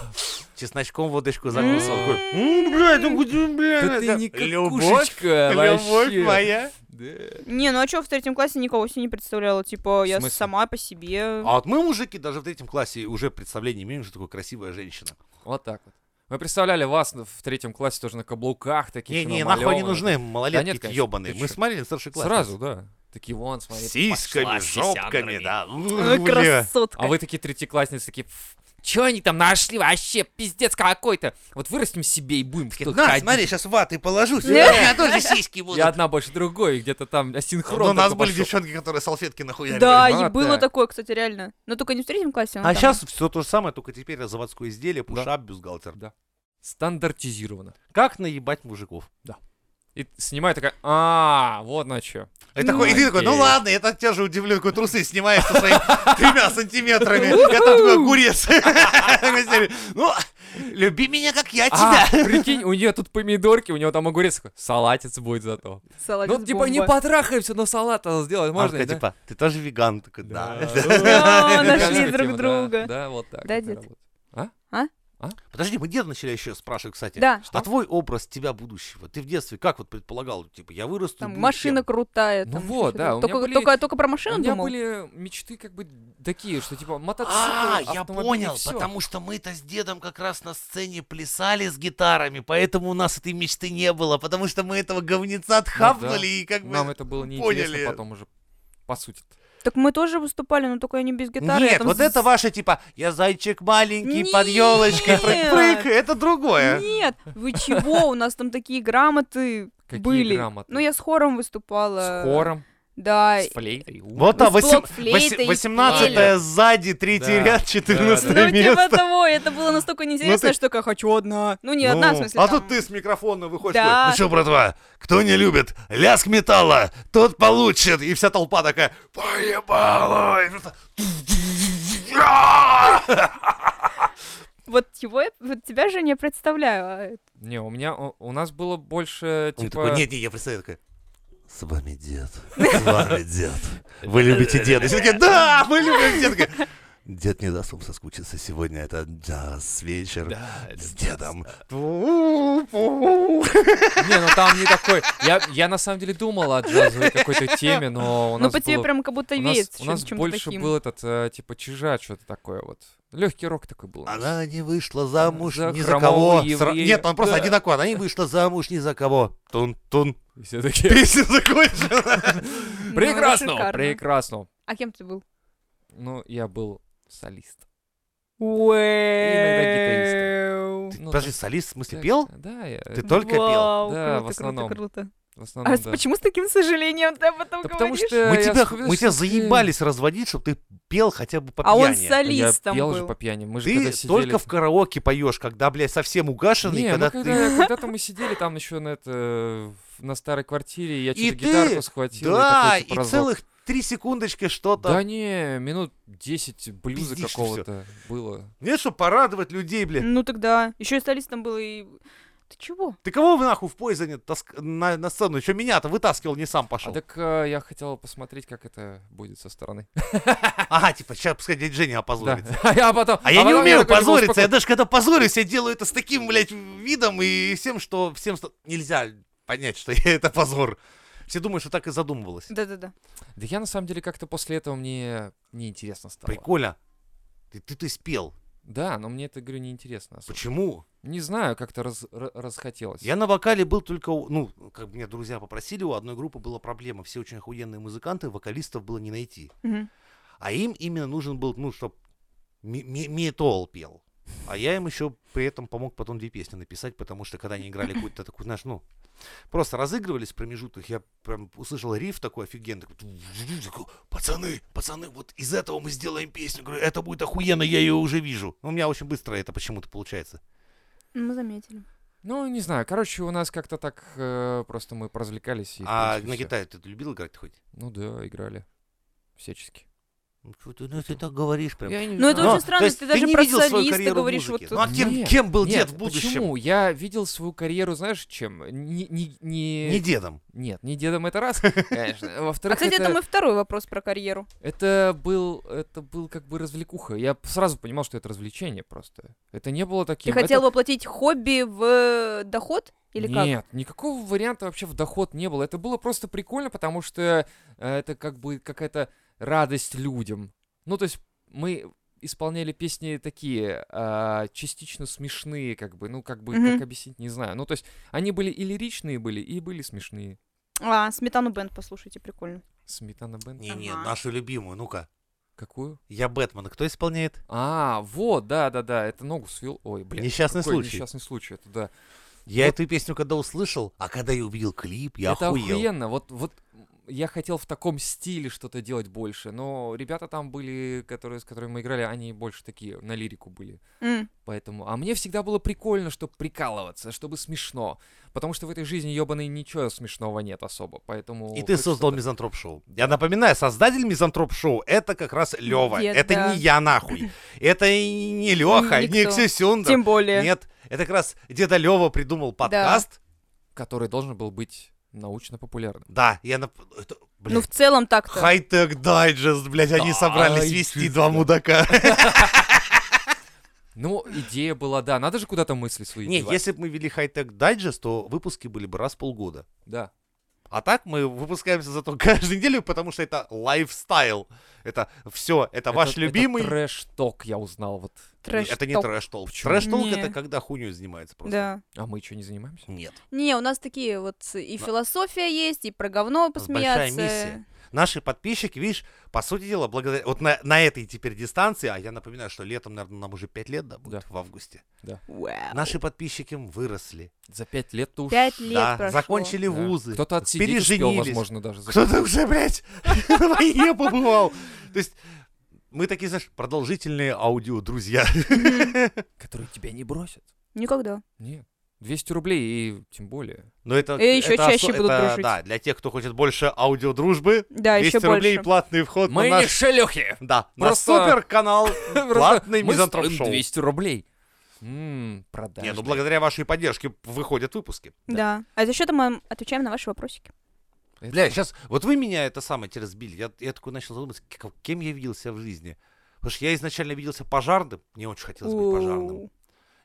Speaker 1: чесночком водочку закусывал. такой, «М, Блядь, ну где,
Speaker 3: Да
Speaker 1: блядь?
Speaker 3: ты
Speaker 1: Да, Любовь,
Speaker 3: никакушечка
Speaker 1: любовь
Speaker 3: вообще.
Speaker 1: моя.
Speaker 3: Да.
Speaker 2: Не, ну а что, в третьем классе никого себе не представляла. Типа,
Speaker 3: В
Speaker 2: я
Speaker 3: смысле?
Speaker 2: сама по себе.
Speaker 1: А вот мы, мужики, даже в третьем классе уже представление имеем, что такое красивая женщина.
Speaker 3: Вот так вот. Мы представляли вас в третьем классе тоже на каблуках таких.
Speaker 1: Не-не,
Speaker 3: намалёванных.
Speaker 1: нахуй не нужны
Speaker 3: Да
Speaker 1: малолетки
Speaker 3: нет, конечно.
Speaker 1: ебаные.
Speaker 3: Ты
Speaker 1: Мы
Speaker 3: чё?
Speaker 1: смотрели старший класс.
Speaker 3: Сразу, да. Такие вон, смотри. А
Speaker 1: С сиськами,
Speaker 3: пошла Ну, с
Speaker 1: жопками,
Speaker 3: сисяндрами.
Speaker 1: да. Бля.
Speaker 2: Ой, Ну, красотка.
Speaker 3: А вы такие третьеклассницы, такие... «Ф, Чё они там нашли вообще? Пиздец какой-то. Вот вырастем себе и будем тут
Speaker 1: На,
Speaker 3: ходить».
Speaker 1: смотри, сейчас ваты положу,
Speaker 2: Не.
Speaker 1: сюда, у меня тоже сиськи будут.
Speaker 3: Я одна больше другой, где-то там асинхрон.
Speaker 1: Ну, у нас
Speaker 3: такой
Speaker 1: были
Speaker 3: пошёл.
Speaker 1: девчонки, которые салфетки нахуярили.
Speaker 2: Да,
Speaker 3: Ну,
Speaker 2: и
Speaker 3: а
Speaker 2: было
Speaker 3: так.
Speaker 2: такое, кстати, реально. Но только не в третьем классе.
Speaker 1: А сейчас все то же самое, только теперь заводское изделие, пушап, бюстгальтер.
Speaker 3: Стандартизировано.
Speaker 1: Как наебать мужиков?
Speaker 3: И снимаю такая, а, вот на чё.
Speaker 1: И, такой, и ты такой, ну
Speaker 3: окей.
Speaker 1: ладно, я так тебя же удивлю, такой трусы снимаешь со своими тремя сантиметрами, я там такой огурец. Ну, люби меня, как я тебя.
Speaker 3: А, прикинь, у нее тут помидорки, у него там огурец такой, салатец будет зато. Ну, типа, не потрахаемся, но салат сделать
Speaker 1: Она
Speaker 3: можно,
Speaker 1: такая,
Speaker 3: да?
Speaker 1: типа, ты тоже веган? Такой, да.
Speaker 2: О, нашли
Speaker 3: Веганская
Speaker 2: друг
Speaker 3: тема, да,
Speaker 2: друга.
Speaker 3: Да, вот так.
Speaker 2: Да,
Speaker 3: это
Speaker 2: дед?
Speaker 3: работает.
Speaker 1: Подожди, мы деда начали еще спрашивать, кстати.
Speaker 2: Да.
Speaker 1: А твой образ тебя будущего? Ты в детстве как вот предполагал? Типа, я вырасту. и
Speaker 2: Там
Speaker 1: буду
Speaker 2: машина
Speaker 1: кем?
Speaker 2: крутая.
Speaker 3: Ну
Speaker 2: там
Speaker 3: вот,
Speaker 2: что-то.
Speaker 3: да, у меня
Speaker 2: Только,
Speaker 3: были-
Speaker 2: только, только про
Speaker 3: У
Speaker 2: машину
Speaker 3: меня
Speaker 2: думал?
Speaker 3: были мечты как бы такие, что типа мотоцикл,
Speaker 1: А, я
Speaker 3: автомобиль,
Speaker 1: понял,
Speaker 3: всё.
Speaker 1: потому что мы-то с дедом как раз на сцене плясали с гитарами, поэтому у нас этой мечты не было, потому что мы этого говнеца отхапнули
Speaker 3: Ну да.
Speaker 1: и как бы...
Speaker 3: Нам это было неинтересно
Speaker 1: поняли.
Speaker 3: потом уже, по сути.
Speaker 2: Так мы тоже выступали, но только я не без гитары. я
Speaker 1: Нет,
Speaker 2: там
Speaker 1: вот
Speaker 2: с-
Speaker 1: это ваше типа «я зайчик маленький под
Speaker 2: Нет.
Speaker 1: елочкой, прыг-прыг», это другое.
Speaker 2: Нет, вы чего? У нас там такие грамоты
Speaker 3: Какие
Speaker 2: были.
Speaker 3: грамоты?
Speaker 2: Ну, я с хором выступала.
Speaker 3: С хором,
Speaker 2: Да.
Speaker 3: с флейтой. у.
Speaker 1: Вот там,
Speaker 2: С
Speaker 1: восем-
Speaker 2: блокфлейтой
Speaker 1: восем-
Speaker 2: и
Speaker 1: 18-е сзади, третий
Speaker 3: Да,
Speaker 1: ряд,
Speaker 3: да,
Speaker 1: 14
Speaker 2: Ну,
Speaker 3: да. Ну,
Speaker 2: типа
Speaker 1: место.
Speaker 2: того, это было настолько неинтересно,
Speaker 1: ты-
Speaker 2: что я хочу одна. Ну, не
Speaker 1: Ну,
Speaker 2: одна, в смысле.
Speaker 1: а
Speaker 2: там.
Speaker 1: тут ты с микрофона выходишь.
Speaker 2: Да. типа
Speaker 1: такой, Ну что, братва, кто не любит лязг металла, тот получит. И вся толпа такая, поебало. И просто...
Speaker 2: Вот его, я- вот тебя же не представляю. а это-
Speaker 3: Не, у меня, у, у нас было больше,
Speaker 1: Он
Speaker 3: типа...
Speaker 1: такой, нет, нет, я представляю, такой, с вами дед, с вами дед. Вы любите деда? И все такие, да, мы любим деда. Такой, Дед не даст вам соскучиться сегодня, это джаз вечер с дедом.
Speaker 3: Не, ну там не такой. Я, я на самом деле думал о джазовой какой-то теме, но у
Speaker 2: Ну,
Speaker 3: нас
Speaker 2: по тебе
Speaker 3: было-
Speaker 2: прям как будто
Speaker 3: у нас-
Speaker 2: веет
Speaker 3: У нас
Speaker 2: чем-то
Speaker 3: больше
Speaker 2: таким.
Speaker 3: был этот, э, типа, чижа, что-то такое вот. Легкий рок такой был. у нас.
Speaker 1: Она не вышла замуж
Speaker 3: За
Speaker 1: ни за
Speaker 3: хромого
Speaker 1: кого.
Speaker 3: еврея.
Speaker 1: Сра- Нет, он просто
Speaker 3: Да.
Speaker 1: одинаково. Она не вышла замуж ни за кого. Тун-тун.
Speaker 3: И все такие,
Speaker 1: Песня закончена.
Speaker 2: Ну, это
Speaker 3: Прекрасно,
Speaker 2: шикарно.
Speaker 3: прекрасно.
Speaker 2: А кем ты был?
Speaker 3: Ну, я был солист.
Speaker 2: Уэээ.
Speaker 1: Ты,
Speaker 3: Ну,
Speaker 1: Подожди,
Speaker 3: так-
Speaker 1: солист в смысле
Speaker 3: так,
Speaker 1: пел?
Speaker 3: Да, я
Speaker 1: Ты только пел.
Speaker 2: Вау,
Speaker 3: Да,
Speaker 2: круто,
Speaker 3: в основном.
Speaker 2: Круто, круто.
Speaker 3: в
Speaker 2: А
Speaker 3: основном,
Speaker 2: с-
Speaker 3: да.
Speaker 2: почему с таким сожалением ты об этом
Speaker 3: Да потому
Speaker 2: говоришь?
Speaker 3: что
Speaker 1: Мы
Speaker 3: э, я
Speaker 1: тебя,
Speaker 3: вспомнил,
Speaker 1: мы тебя
Speaker 3: что ты-
Speaker 1: заебались разводить, чтобы ты пел хотя бы по
Speaker 2: А он
Speaker 1: пьяни.
Speaker 3: Я
Speaker 2: солистом
Speaker 3: пел же
Speaker 2: был.
Speaker 3: по пьяни. Мы же
Speaker 1: Ты
Speaker 3: когда сидели...
Speaker 1: только в караоке поешь, когда, блядь, совсем угашенный,
Speaker 3: Не,
Speaker 1: когда
Speaker 3: мы
Speaker 1: ты...
Speaker 3: когда- когда-то мы сидели там еще на это в- на старой квартире, и я
Speaker 1: И
Speaker 3: что-то гитарку
Speaker 1: ты-
Speaker 3: схватил.
Speaker 1: Да,
Speaker 3: и, такой, типа,
Speaker 1: и
Speaker 3: разок.
Speaker 1: целых три секундочки что-то.
Speaker 3: Да не, минут 10 блюза
Speaker 1: Пиздишь ты всё.
Speaker 3: какого-то было.
Speaker 1: Нет, чтобы порадовать людей, блядь.
Speaker 2: Ну тогда. Еще и солистом был и... Ты чего?
Speaker 1: Ты кого нахуй в пойзане таск- на, на сцену? Еще меня-то вытаскивал, не сам
Speaker 3: А
Speaker 1: пошел.
Speaker 3: так э, я хотел посмотреть, как это будет со стороны.
Speaker 1: Ага, типа, сейчас пускай дядя Женя
Speaker 3: Да.
Speaker 1: опозорится.
Speaker 3: А потом...
Speaker 1: А я не
Speaker 3: потом
Speaker 1: умею
Speaker 3: такой, типа,
Speaker 1: позориться, я
Speaker 3: успокоился.
Speaker 1: даже когда позорюсь, я делаю это с таким, блядь, видом и всем, что всем что нельзя понять, что это позор. Все думают, что так и задумывалось.
Speaker 2: Да-да-да.
Speaker 3: Да я на самом деле как-то после этого мне неинтересно стало.
Speaker 1: Прикольно. Ты, ты, ты спел.
Speaker 3: Да, но мне это, говорю, неинтересно. особо.
Speaker 1: Почему?
Speaker 3: Не знаю, как-то раз- ра- расхотелось.
Speaker 1: Я на вокале был только, у- ну, как меня друзья попросили, у одной группы была проблема. Все очень охуенные музыканты, вокалистов было не найти.
Speaker 2: Мгм.
Speaker 1: А им именно нужен был, ну, чтоб ме- ме- метал пел. А я им еще при этом помог потом две песни написать, потому что когда они играли какую-то такую, знаешь, ну, просто разыгрывались в промежутках, я прям услышал риф такой офигенный. такой, такой, Пацаны, пацаны, вот из этого мы сделаем песню. Говорю, это будет охуенно, я ее уже вижу. Ну, У меня очень быстро это почему-то получается.
Speaker 2: Мы заметили. А,
Speaker 3: Ну, не знаю. Короче, у нас как-то так э, просто мы поразвлекались. и, в
Speaker 1: А
Speaker 3: принципе,
Speaker 1: на
Speaker 3: всё.
Speaker 1: гитаре ты любил играть хоть?
Speaker 3: Ну да, играли. Всячески.
Speaker 1: Ну, что ты, ну, ты так говоришь прям.
Speaker 3: не
Speaker 2: Ну, это
Speaker 1: Но,
Speaker 2: очень странно,
Speaker 1: то есть
Speaker 2: ты даже
Speaker 1: не
Speaker 2: про
Speaker 1: видел свою
Speaker 2: солиста
Speaker 1: карьеру в
Speaker 2: говоришь вот
Speaker 1: музыке?
Speaker 2: тут.
Speaker 1: Ну, а кем,
Speaker 3: Нет,
Speaker 1: кем был
Speaker 3: Нет, ну
Speaker 1: дед в будущем?
Speaker 3: Почему? Я видел свою карьеру, знаешь, чем? Не, не, не-
Speaker 1: Не дедом.
Speaker 3: Нет, не дедом это раз, конечно.
Speaker 2: А,
Speaker 3: Во-вторых,
Speaker 2: кстати, это
Speaker 3: это,
Speaker 2: мой второй вопрос про карьеру.
Speaker 3: это был, это был как бы развлекуха. Я п- сразу понимал, что это развлечение просто. Это не было
Speaker 2: Ты
Speaker 3: таким. это-
Speaker 2: хотел воплотить хобби в э, доход? Или как?
Speaker 3: Нет, никакого варианта вообще в доход не было. Это было просто прикольно, потому что э, это как бы какая-то радость людям. Ну, то есть мы исполняли песни такие а, частично смешные, как бы, ну, как бы,
Speaker 2: Мгм.
Speaker 3: как объяснить, не знаю. Ну, то есть они были и лиричные были, и были смешные.
Speaker 2: А, сметану бенд послушайте, прикольно.
Speaker 3: Сметана Бенд.
Speaker 1: Не-не,
Speaker 2: Ага.
Speaker 1: нашу любимую, ну-ка.
Speaker 3: Какую?
Speaker 1: Я Бэтмена, кто исполняет?
Speaker 3: А, вот, да-да-да, это ногу свел. Ой, блин.
Speaker 1: Несчастный
Speaker 3: какой
Speaker 1: случай.
Speaker 3: Несчастный случай, это да.
Speaker 1: Я
Speaker 3: Вот.
Speaker 1: эту песню когда услышал, а когда я увидел клип, я
Speaker 3: это
Speaker 1: охуел.
Speaker 3: охуенно. Вот, вот я хотел в таком стиле что-то делать больше, но ребята там были, которые, с которыми мы играли, они больше такие на лирику были.
Speaker 2: М.
Speaker 3: Поэтому, а мне всегда было прикольно, чтобы прикалываться, чтобы смешно, потому что в этой жизни ебаной ничего смешного нет особо, поэтому.
Speaker 1: И ты
Speaker 3: хоть
Speaker 1: создал
Speaker 3: что-то-
Speaker 1: мизантроп шоу. Я напоминаю, создатель мизантроп шоу это как раз Лева.
Speaker 2: Дед,
Speaker 1: это
Speaker 2: да.
Speaker 1: не я нахуй. Это и не Леха, не
Speaker 2: Никто.
Speaker 1: Ксюсюнда.
Speaker 2: Тем более.
Speaker 1: Нет, это как раз деда Лева придумал подкаст.
Speaker 3: который должен был быть научно популярным.
Speaker 1: Да, я нап- это, блин,
Speaker 2: Ну, в целом так-то.
Speaker 1: Хай-тек дайджест, блядь, они собрались вести
Speaker 3: Дайджест,
Speaker 1: два
Speaker 3: да.
Speaker 1: мудака.
Speaker 3: Ну, идея была, да, надо же куда-то мысли свои
Speaker 1: Не,
Speaker 3: девать.
Speaker 1: если бы мы вели хай-тек дайджест, то выпуски были бы раз в полгода.
Speaker 3: Да.
Speaker 1: А так мы выпускаемся зато каждую неделю, потому что это лайфстайл. Это все, это ваш любимый.
Speaker 3: трэш-ток я узнал вот.
Speaker 2: Трэш
Speaker 1: это не
Speaker 2: ток.
Speaker 1: трэш-толк.
Speaker 3: Почему?
Speaker 1: Трэш-толк
Speaker 2: Не.
Speaker 1: это когда хуйню занимается просто.
Speaker 2: Да.
Speaker 3: А мы что, не занимаемся?
Speaker 1: Нет.
Speaker 2: Не, у нас такие вот и
Speaker 1: Да.
Speaker 2: философия есть, и про говно
Speaker 1: нас большая
Speaker 2: посмеяться.
Speaker 1: миссия. Наши подписчики, видишь, по сути дела, благодаря... Вот на, на этой теперь дистанции, а я напоминаю, что летом, наверное, нам уже 5 лет, да, будет
Speaker 3: Да.
Speaker 1: в августе.
Speaker 2: Вау.
Speaker 1: Наши подписчики выросли.
Speaker 3: За пять лет-то уж
Speaker 2: Пять лет
Speaker 1: да,
Speaker 2: прошло.
Speaker 1: закончили
Speaker 3: Ну Да.
Speaker 1: вузы.
Speaker 3: Кто-то отсидеть успел,
Speaker 1: переженились.
Speaker 3: возможно, даже. за-
Speaker 1: Кто-то уже, блядь, на войне побывал. То есть мы такие, знаешь, продолжительные аудио-друзья.
Speaker 3: Которые тебя не бросят.
Speaker 2: Никогда.
Speaker 3: Нет. 200 рублей и тем более.
Speaker 1: Но это...
Speaker 2: И Э, ещё
Speaker 1: это осо-
Speaker 2: чаще будут
Speaker 1: это,
Speaker 2: дружить.
Speaker 1: Да, для тех, кто хочет больше аудио-дружбы,
Speaker 2: Да, еще
Speaker 1: 200 рублей
Speaker 2: больше.
Speaker 1: платный вход
Speaker 3: Мы
Speaker 1: на наш
Speaker 3: не шелюхи!
Speaker 1: Да,
Speaker 3: Просто-
Speaker 1: на супер-канал ну платный
Speaker 3: Мы
Speaker 1: мизантроп
Speaker 3: стоим
Speaker 1: шоу.
Speaker 3: 200 рублей. Ммм,
Speaker 1: Не, ну
Speaker 3: продажный.
Speaker 1: благодаря вашей поддержке выходят выпуски.
Speaker 2: Да. А за счет мы отвечаем на ваши вопросики.
Speaker 3: Это-
Speaker 1: Бля, сейчас, вот вы меня это самое те разбили. Я, я такой начал задумываться, к- кем я видел себя в жизни. Потому что я изначально виделся пожарным, мне очень хотелось быть пожарным.
Speaker 2: У.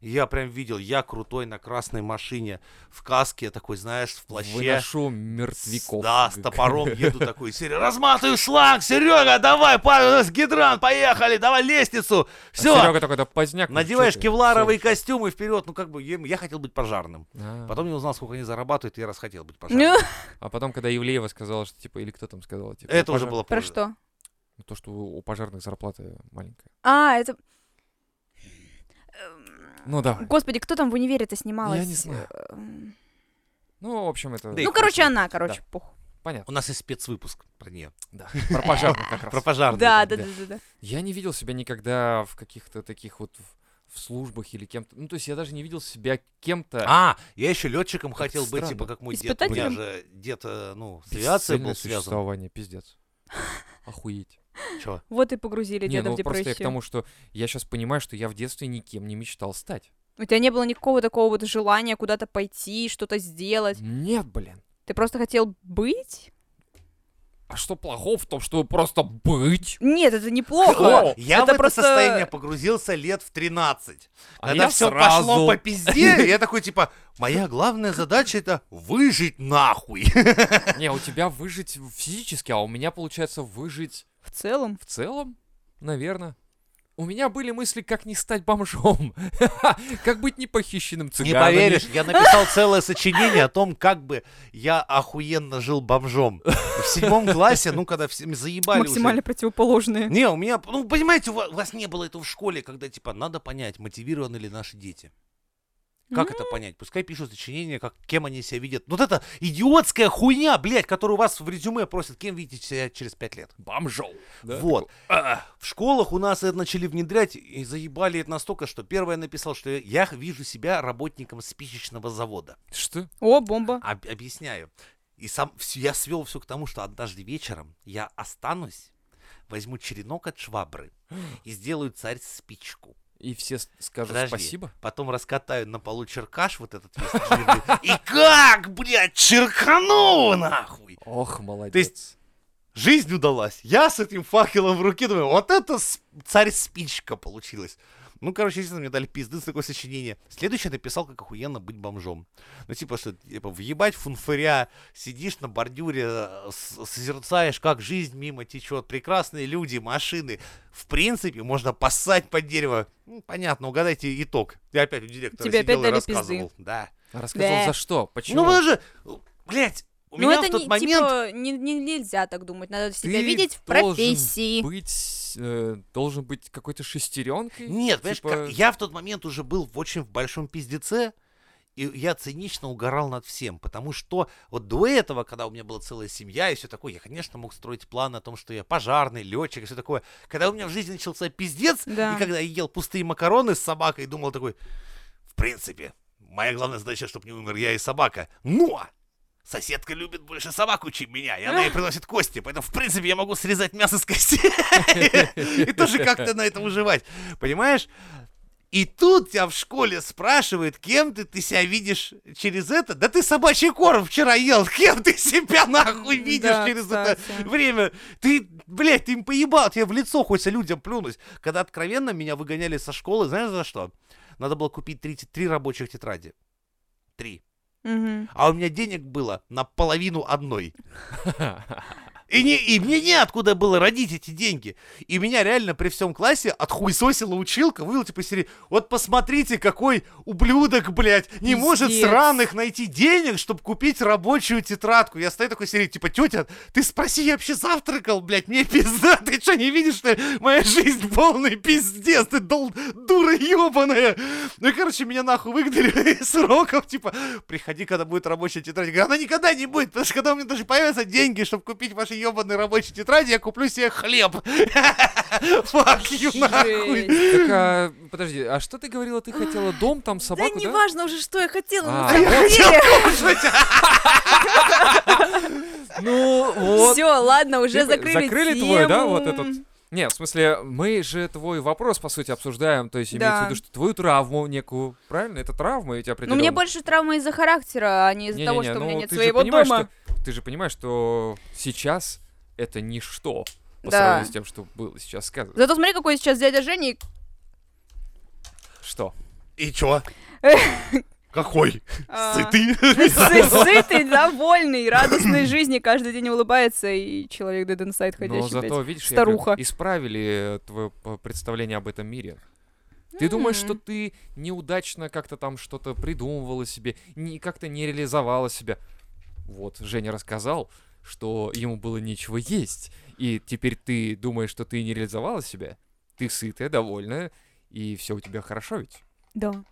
Speaker 1: И Я прям видел, я крутой на красной машине, в каске такой, знаешь, в плаще.
Speaker 3: Выношу
Speaker 1: с-
Speaker 3: мертвяков.
Speaker 1: Да, с топором еду такой, Серега, разматываю шланг, Серега, давай, парень, у нас гидрант, поехали, давай лестницу, все.
Speaker 3: Серега такой, да поздняк. ну,
Speaker 1: Надеваешь
Speaker 3: А чё ты,
Speaker 1: кевларовые
Speaker 3: солнце».
Speaker 1: костюмы вперед, ну как бы я, я хотел быть пожарным.
Speaker 3: А,
Speaker 1: Потом я узнал, сколько они зарабатывают, и я расхотел быть
Speaker 2: Ну,
Speaker 1: пожарным.
Speaker 3: А потом, когда Евлеева сказала, что типа, или кто там сказал, типа,
Speaker 1: Это
Speaker 3: у
Speaker 1: уже
Speaker 3: пожар-
Speaker 1: было
Speaker 2: про
Speaker 1: позже.
Speaker 2: что?
Speaker 3: Ну, То, что у у пожарных зарплата маленькая.
Speaker 2: А, это... Эм,
Speaker 3: Ну, давай.
Speaker 2: Господи, кто там в универе-то снималась?
Speaker 3: Я не знаю.
Speaker 2: Эм,
Speaker 3: Ну, в общем, это...
Speaker 1: Да и
Speaker 2: Ну,
Speaker 1: хуй
Speaker 2: короче,
Speaker 1: с
Speaker 2: она, короче, пух.
Speaker 3: Понятно.
Speaker 1: У нас есть спецвыпуск про нее.
Speaker 3: Да. Про пожарных как раз.
Speaker 1: Про пожарных.
Speaker 2: Да,
Speaker 3: да,
Speaker 2: да, да, да, да.
Speaker 3: Я не видел себя никогда в каких-то таких вот в, в службах или кем-то. Ну, то есть я даже не видел себя кем-то.
Speaker 1: А, я еще летчиком хотел быть,
Speaker 3: странно.
Speaker 1: типа как мой дед. У меня
Speaker 2: Испытателем?
Speaker 1: же дед, э, ну, с
Speaker 3: Бесцельное
Speaker 1: авиацией был связан.
Speaker 3: существование, пиздец. Охуеть.
Speaker 1: Чё?
Speaker 2: Вот и погрузили
Speaker 3: Не,
Speaker 2: деда
Speaker 3: ну
Speaker 2: в
Speaker 3: просто я к
Speaker 2: депрессию.
Speaker 3: тому, что я сейчас понимаю, что я в детстве никем не мечтал стать.
Speaker 2: У тебя не было никакого такого вот желания куда-то пойти, что-то сделать.
Speaker 3: Нет, блин.
Speaker 2: Ты просто хотел быть?
Speaker 3: А что плохого в том, чтобы просто быть?
Speaker 2: Нет, это неплохо.
Speaker 3: О,
Speaker 1: Я в
Speaker 2: это
Speaker 1: это
Speaker 2: просто-
Speaker 1: состояние погрузился лет в 13.
Speaker 3: А
Speaker 1: когда
Speaker 3: я
Speaker 1: все
Speaker 3: сразу...
Speaker 1: пошло по пизде, я такой, типа, моя главная задача это выжить нахуй.
Speaker 3: Не, у тебя выжить физически, а у меня получается выжить
Speaker 2: В целом.
Speaker 3: в целом, наверное. у меня были мысли, как не стать бомжом, как быть не похищенным
Speaker 1: Не
Speaker 3: цыганами.
Speaker 1: поверишь, я написал целое сочинение о том, как бы я охуенно жил бомжом. В седьмом классе, ну, когда всем заебали уже
Speaker 2: Максимально противоположные.
Speaker 1: Не, у меня, ну, понимаете, у ва- у вас, не было этого в школе, когда, типа, надо понять, мотивированы ли наши дети. Как это понять? Пускай пишут сочинения, как, кем они себя видят. Вот это идиотская хуйня, блядь, которую вас в резюме просят, кем видите себя через пять лет.
Speaker 3: Бомжом. да?
Speaker 1: Вот. А, В школах у нас это начали внедрять и заебали это настолько, что первое написал, что я вижу себя работником спичечного завода.
Speaker 3: Что?
Speaker 2: О,
Speaker 3: А
Speaker 2: бомба.
Speaker 1: Об- объясняю. И сам вс- я свел все к тому, что однажды вечером я останусь, возьму черенок от швабры и сделаю царь спичку.
Speaker 3: И все с- скажут
Speaker 1: Подожди.
Speaker 3: спасибо.
Speaker 1: Потом раскатаю на полу черкаш вот этот весь длинный. И как, блядь, черкану нахуй!
Speaker 3: Ох, молодец.
Speaker 1: Жизнь удалась. Я с этим факелом в руке думаю, вот это с- царь-спичка получилась. Ну, короче, естественно, мне дали пизды за такое сочинение. Следующее написал, как охуенно быть бомжом. Ну, типа, что, типа, въебать фунфыря, сидишь на бордюре, э, с- созерцаешь, как жизнь мимо течет, прекрасные люди, машины. В принципе, можно поссать под дерево. Ну, понятно, угадайте итог. Я опять у директора
Speaker 2: Тебе опять
Speaker 1: сидел и
Speaker 2: дали пизды.
Speaker 1: рассказывал. Да.
Speaker 3: А Рассказал
Speaker 2: Да.
Speaker 3: за что? Почему?
Speaker 1: Ну, потому что, блядь, у
Speaker 2: Ну,
Speaker 1: меня
Speaker 2: это
Speaker 1: в тот
Speaker 2: не,
Speaker 1: момент...
Speaker 2: типа, не- не- нельзя так думать. Надо себя
Speaker 3: Ты
Speaker 2: видеть в
Speaker 3: должен
Speaker 2: профессии.
Speaker 3: Быть, э, должен быть какой-то шестеренкой?
Speaker 1: Нет, понимаешь,
Speaker 3: Типа-
Speaker 1: как- я в тот момент уже был в очень в большом пиздеце, и я цинично угорал над всем, потому что вот до этого, когда у меня была целая семья и все такое, я, конечно, мог строить планы о том, что я пожарный, летчик и все такое. Когда у меня в жизни начался пиздец,
Speaker 2: Да.
Speaker 1: и когда я ел пустые макароны с собакой, думал такой, в принципе, моя главная задача, чтобы не умер я и собака. Но соседка любит больше собаку, чем меня, и она ей приносит кости, поэтому, в принципе, я могу срезать мясо с костей и тоже как-то на этом выживать. Понимаешь? И тут тебя в школе спрашивают, кем ты, ты себя видишь через это? Да ты собачий корм вчера ел, кем ты себя нахуй видишь
Speaker 2: Да,
Speaker 1: через
Speaker 2: кстати.
Speaker 1: это время? Ты, блядь, ты им поебал, тебе в лицо хочется людям плюнуть. Когда откровенно меня выгоняли со школы, знаешь за что? Надо было купить 33 рабочих тетради. Три.
Speaker 2: Мгм.
Speaker 1: А у меня денег было на половину одной. И, не, и мне неоткуда было родить эти деньги. И меня реально при всем классе отхуесосила училка, вывела типа из серии, вот посмотрите, какой ублюдок, блядь, не может
Speaker 2: Пиздец.
Speaker 1: сраных найти денег, чтобы купить рабочую тетрадку. Я стою такой серии, типа, тетя, ты спроси, я вообще завтракал, блядь, мне пизда, ты что, не видишь, что ли? моя жизнь полный пиздец, ты дол- дура ебаная. Ну и, короче, меня нахуй выгнали из уроков, типа, приходи, когда будет рабочая тетрадь. Я говорю, она никогда не будет, потому что когда у меня даже появятся деньги, чтобы купить ваши ебаные рабочие тетради, я куплю себе хлеб. Fuck you, нахуй.
Speaker 2: Жесть.
Speaker 3: Так, а, подожди, а что ты говорила? Ты хотела дом, там
Speaker 2: Да
Speaker 3: собаку, да?
Speaker 2: неважно уже, что я хотела.
Speaker 3: А,
Speaker 2: на
Speaker 3: я
Speaker 2: самом деле.
Speaker 3: Ну, вот.
Speaker 2: Все, ладно, уже
Speaker 3: Ты бы-
Speaker 2: закрыли
Speaker 3: закрыли твой, да, вот
Speaker 2: тему. Ну,
Speaker 3: этот? Не, в смысле, мы же твой вопрос, по сути, обсуждаем. То есть имеется
Speaker 2: Да.
Speaker 3: в виду, что твою травму некую, правильно? Это травма, и у тебя
Speaker 2: Ну,
Speaker 3: определенно...
Speaker 2: мне больше травма из-за характера, а не из-за того,
Speaker 3: Не-не-не,
Speaker 2: что у
Speaker 3: ну,
Speaker 2: меня нет
Speaker 3: ты же
Speaker 2: своего
Speaker 3: понимаешь,
Speaker 2: дома.
Speaker 3: что- ты же понимаешь, что сейчас это ничто по
Speaker 2: Да.
Speaker 3: сравнению с тем, что было сейчас сказано.
Speaker 2: Зато смотри, какой сейчас дядя Женя. и-
Speaker 3: Что?
Speaker 1: И чё? Какой?
Speaker 2: а,
Speaker 1: Сытый?
Speaker 2: сы- Сытый, довольный, радостной жизни, каждый день улыбается, и человек Dead Inside
Speaker 3: Но
Speaker 2: ходящий,
Speaker 3: зато,
Speaker 2: блядь.
Speaker 3: видишь, я говорю,
Speaker 2: старуха.
Speaker 3: исправили э, твое п- представление об этом мире. Ты думаешь, что ты неудачно как-то там что-то придумывала себе, не, как-то не реализовала себя. Вот, Женя рассказал, что ему было нечего есть. И теперь ты думаешь, что ты не реализовала себя. Ты сытая, довольная, и все у тебя хорошо ведь.
Speaker 2: Да.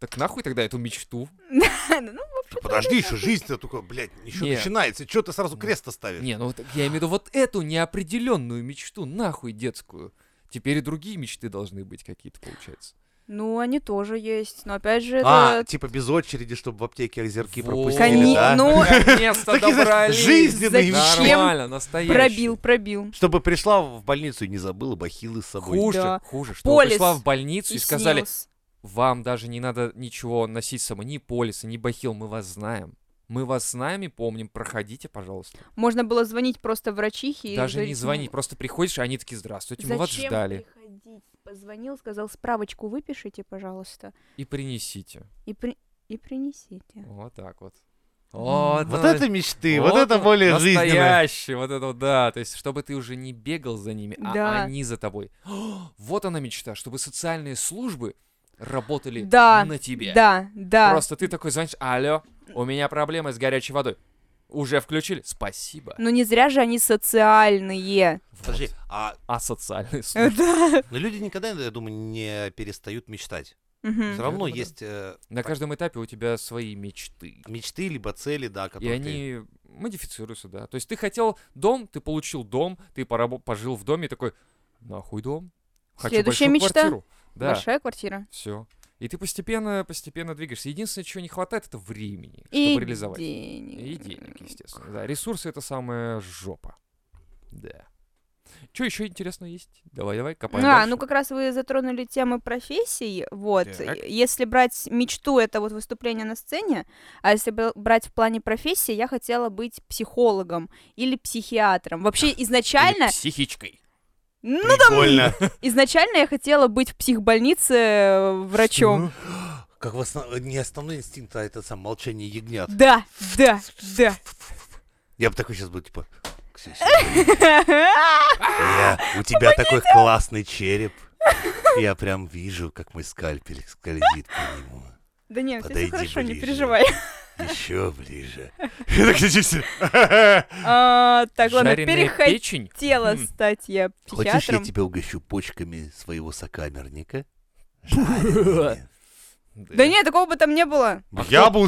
Speaker 3: Так нахуй тогда эту мечту?
Speaker 2: Ну,
Speaker 1: Подожди, еще жизнь-то только, блядь, еще
Speaker 3: Не.
Speaker 1: начинается. Чё ты сразу крест-то ставишь?
Speaker 3: Не, ну так я имею в виду вот эту неопределенную мечту, нахуй детскую. Теперь и другие мечты должны быть какие-то, получается.
Speaker 2: Ну, они тоже есть, но опять же
Speaker 1: А,
Speaker 2: это...
Speaker 1: типа без очереди, чтобы в аптеке озерки
Speaker 3: Вот.
Speaker 1: пропустили,
Speaker 2: Кони-
Speaker 1: да?
Speaker 2: Ну,
Speaker 3: Наконец-то
Speaker 1: Такие, знаешь,
Speaker 3: добрались.
Speaker 1: жизненные
Speaker 2: Зачем?
Speaker 1: мечты.
Speaker 3: Нормально, настоящий.
Speaker 2: пробил, пробил.
Speaker 1: Чтобы пришла в больницу и не забыла бахилы с собой.
Speaker 3: Хуже,
Speaker 2: Да.
Speaker 3: хуже, что
Speaker 2: Полис.
Speaker 3: пришла в больницу и,
Speaker 2: И
Speaker 3: сказали,
Speaker 2: снилось.
Speaker 3: вам даже не надо ничего носить с собой, ни полиса, ни бахил, мы вас знаем. Мы вас с нами помним, проходите, пожалуйста.
Speaker 2: Можно было звонить просто врачихе. и
Speaker 3: Даже не
Speaker 2: говорить, «Ну,
Speaker 3: звонить, просто приходишь, и они такие, здравствуйте, мы вас
Speaker 2: Зачем
Speaker 3: ждали.
Speaker 2: приходить? Позвонил, сказал, справочку выпишите, пожалуйста,
Speaker 3: И принесите.
Speaker 2: и, при- и принесите.
Speaker 3: Вот так вот. Вот,
Speaker 1: Вот
Speaker 3: оно-
Speaker 1: это мечты, вот это
Speaker 3: оно
Speaker 1: более жизненное.
Speaker 3: Настоящее, вот это вот, да. То есть, чтобы ты уже не бегал за ними, а
Speaker 2: Да.
Speaker 3: они за тобой. Вот она мечта, чтобы социальные службы работали
Speaker 2: Да,
Speaker 3: на тебе.
Speaker 2: Да, да.
Speaker 3: Просто ты такой звонишь, алло, у меня проблемы с горячей водой. Уже включили? Спасибо.
Speaker 2: Ну не зря же они социальные.
Speaker 1: Подожди, а
Speaker 3: А социальные службы?
Speaker 2: Да.
Speaker 1: ну, люди никогда, я думаю, не перестают мечтать.
Speaker 2: Мгм.
Speaker 1: Все равно
Speaker 3: думаю, да.
Speaker 1: есть э,
Speaker 3: На каждом этапе у тебя свои мечты.
Speaker 1: мечты, либо цели, да,
Speaker 3: И
Speaker 1: которые ты-
Speaker 3: они модифицируются, да. То есть ты хотел дом, ты получил дом, ты порабо- пожил в доме и такой, нахуй дом? Хочу
Speaker 2: Следующая
Speaker 3: большую
Speaker 2: мечта.
Speaker 3: квартиру. Да,
Speaker 2: Большая квартира.
Speaker 3: все. И ты постепенно, постепенно двигаешься. Единственное, чего не хватает, это времени,
Speaker 2: И
Speaker 3: чтобы реализовать.
Speaker 2: денег.
Speaker 3: И денег, естественно. Да, ресурсы это самая жопа. Да. Что еще интересно есть? Давай, давай, копаем.
Speaker 2: А,
Speaker 3: дальше.
Speaker 2: ну как раз вы затронули темы профессий. Вот,
Speaker 1: Так.
Speaker 2: Е- если брать мечту, это вот выступление на сцене, а если бра- брать в плане профессии, я хотела быть психологом или психиатром. Вообще
Speaker 3: Или
Speaker 2: изначально,
Speaker 3: психичкой.
Speaker 2: ну,
Speaker 1: Прикольно.
Speaker 2: изначально я хотела быть в психбольнице э,
Speaker 1: Ну,
Speaker 2: врачом.
Speaker 1: Как в основ- не основной инстинкт, а это сам молчание ягнят.
Speaker 2: Да, да, да.
Speaker 1: Я бы такой сейчас был, типа, «Ксюся, я- у тебя такой классный череп. Я прям вижу, как мой скальпель скользит по нему.
Speaker 2: Да нет, все
Speaker 1: Подойди
Speaker 2: хорошо, не
Speaker 1: ближе.
Speaker 2: переживай.
Speaker 1: Еще ближе. Я так чувствую.
Speaker 2: А, Так, ладно,
Speaker 3: Жареная
Speaker 2: переходила
Speaker 3: печень. М.
Speaker 2: стать я
Speaker 1: Хм. Хочешь, я
Speaker 2: психиатром.
Speaker 1: тебя угощу почками своего сокамерника? Э,
Speaker 2: Да нет, такого бы там не было.
Speaker 3: Я
Speaker 1: бы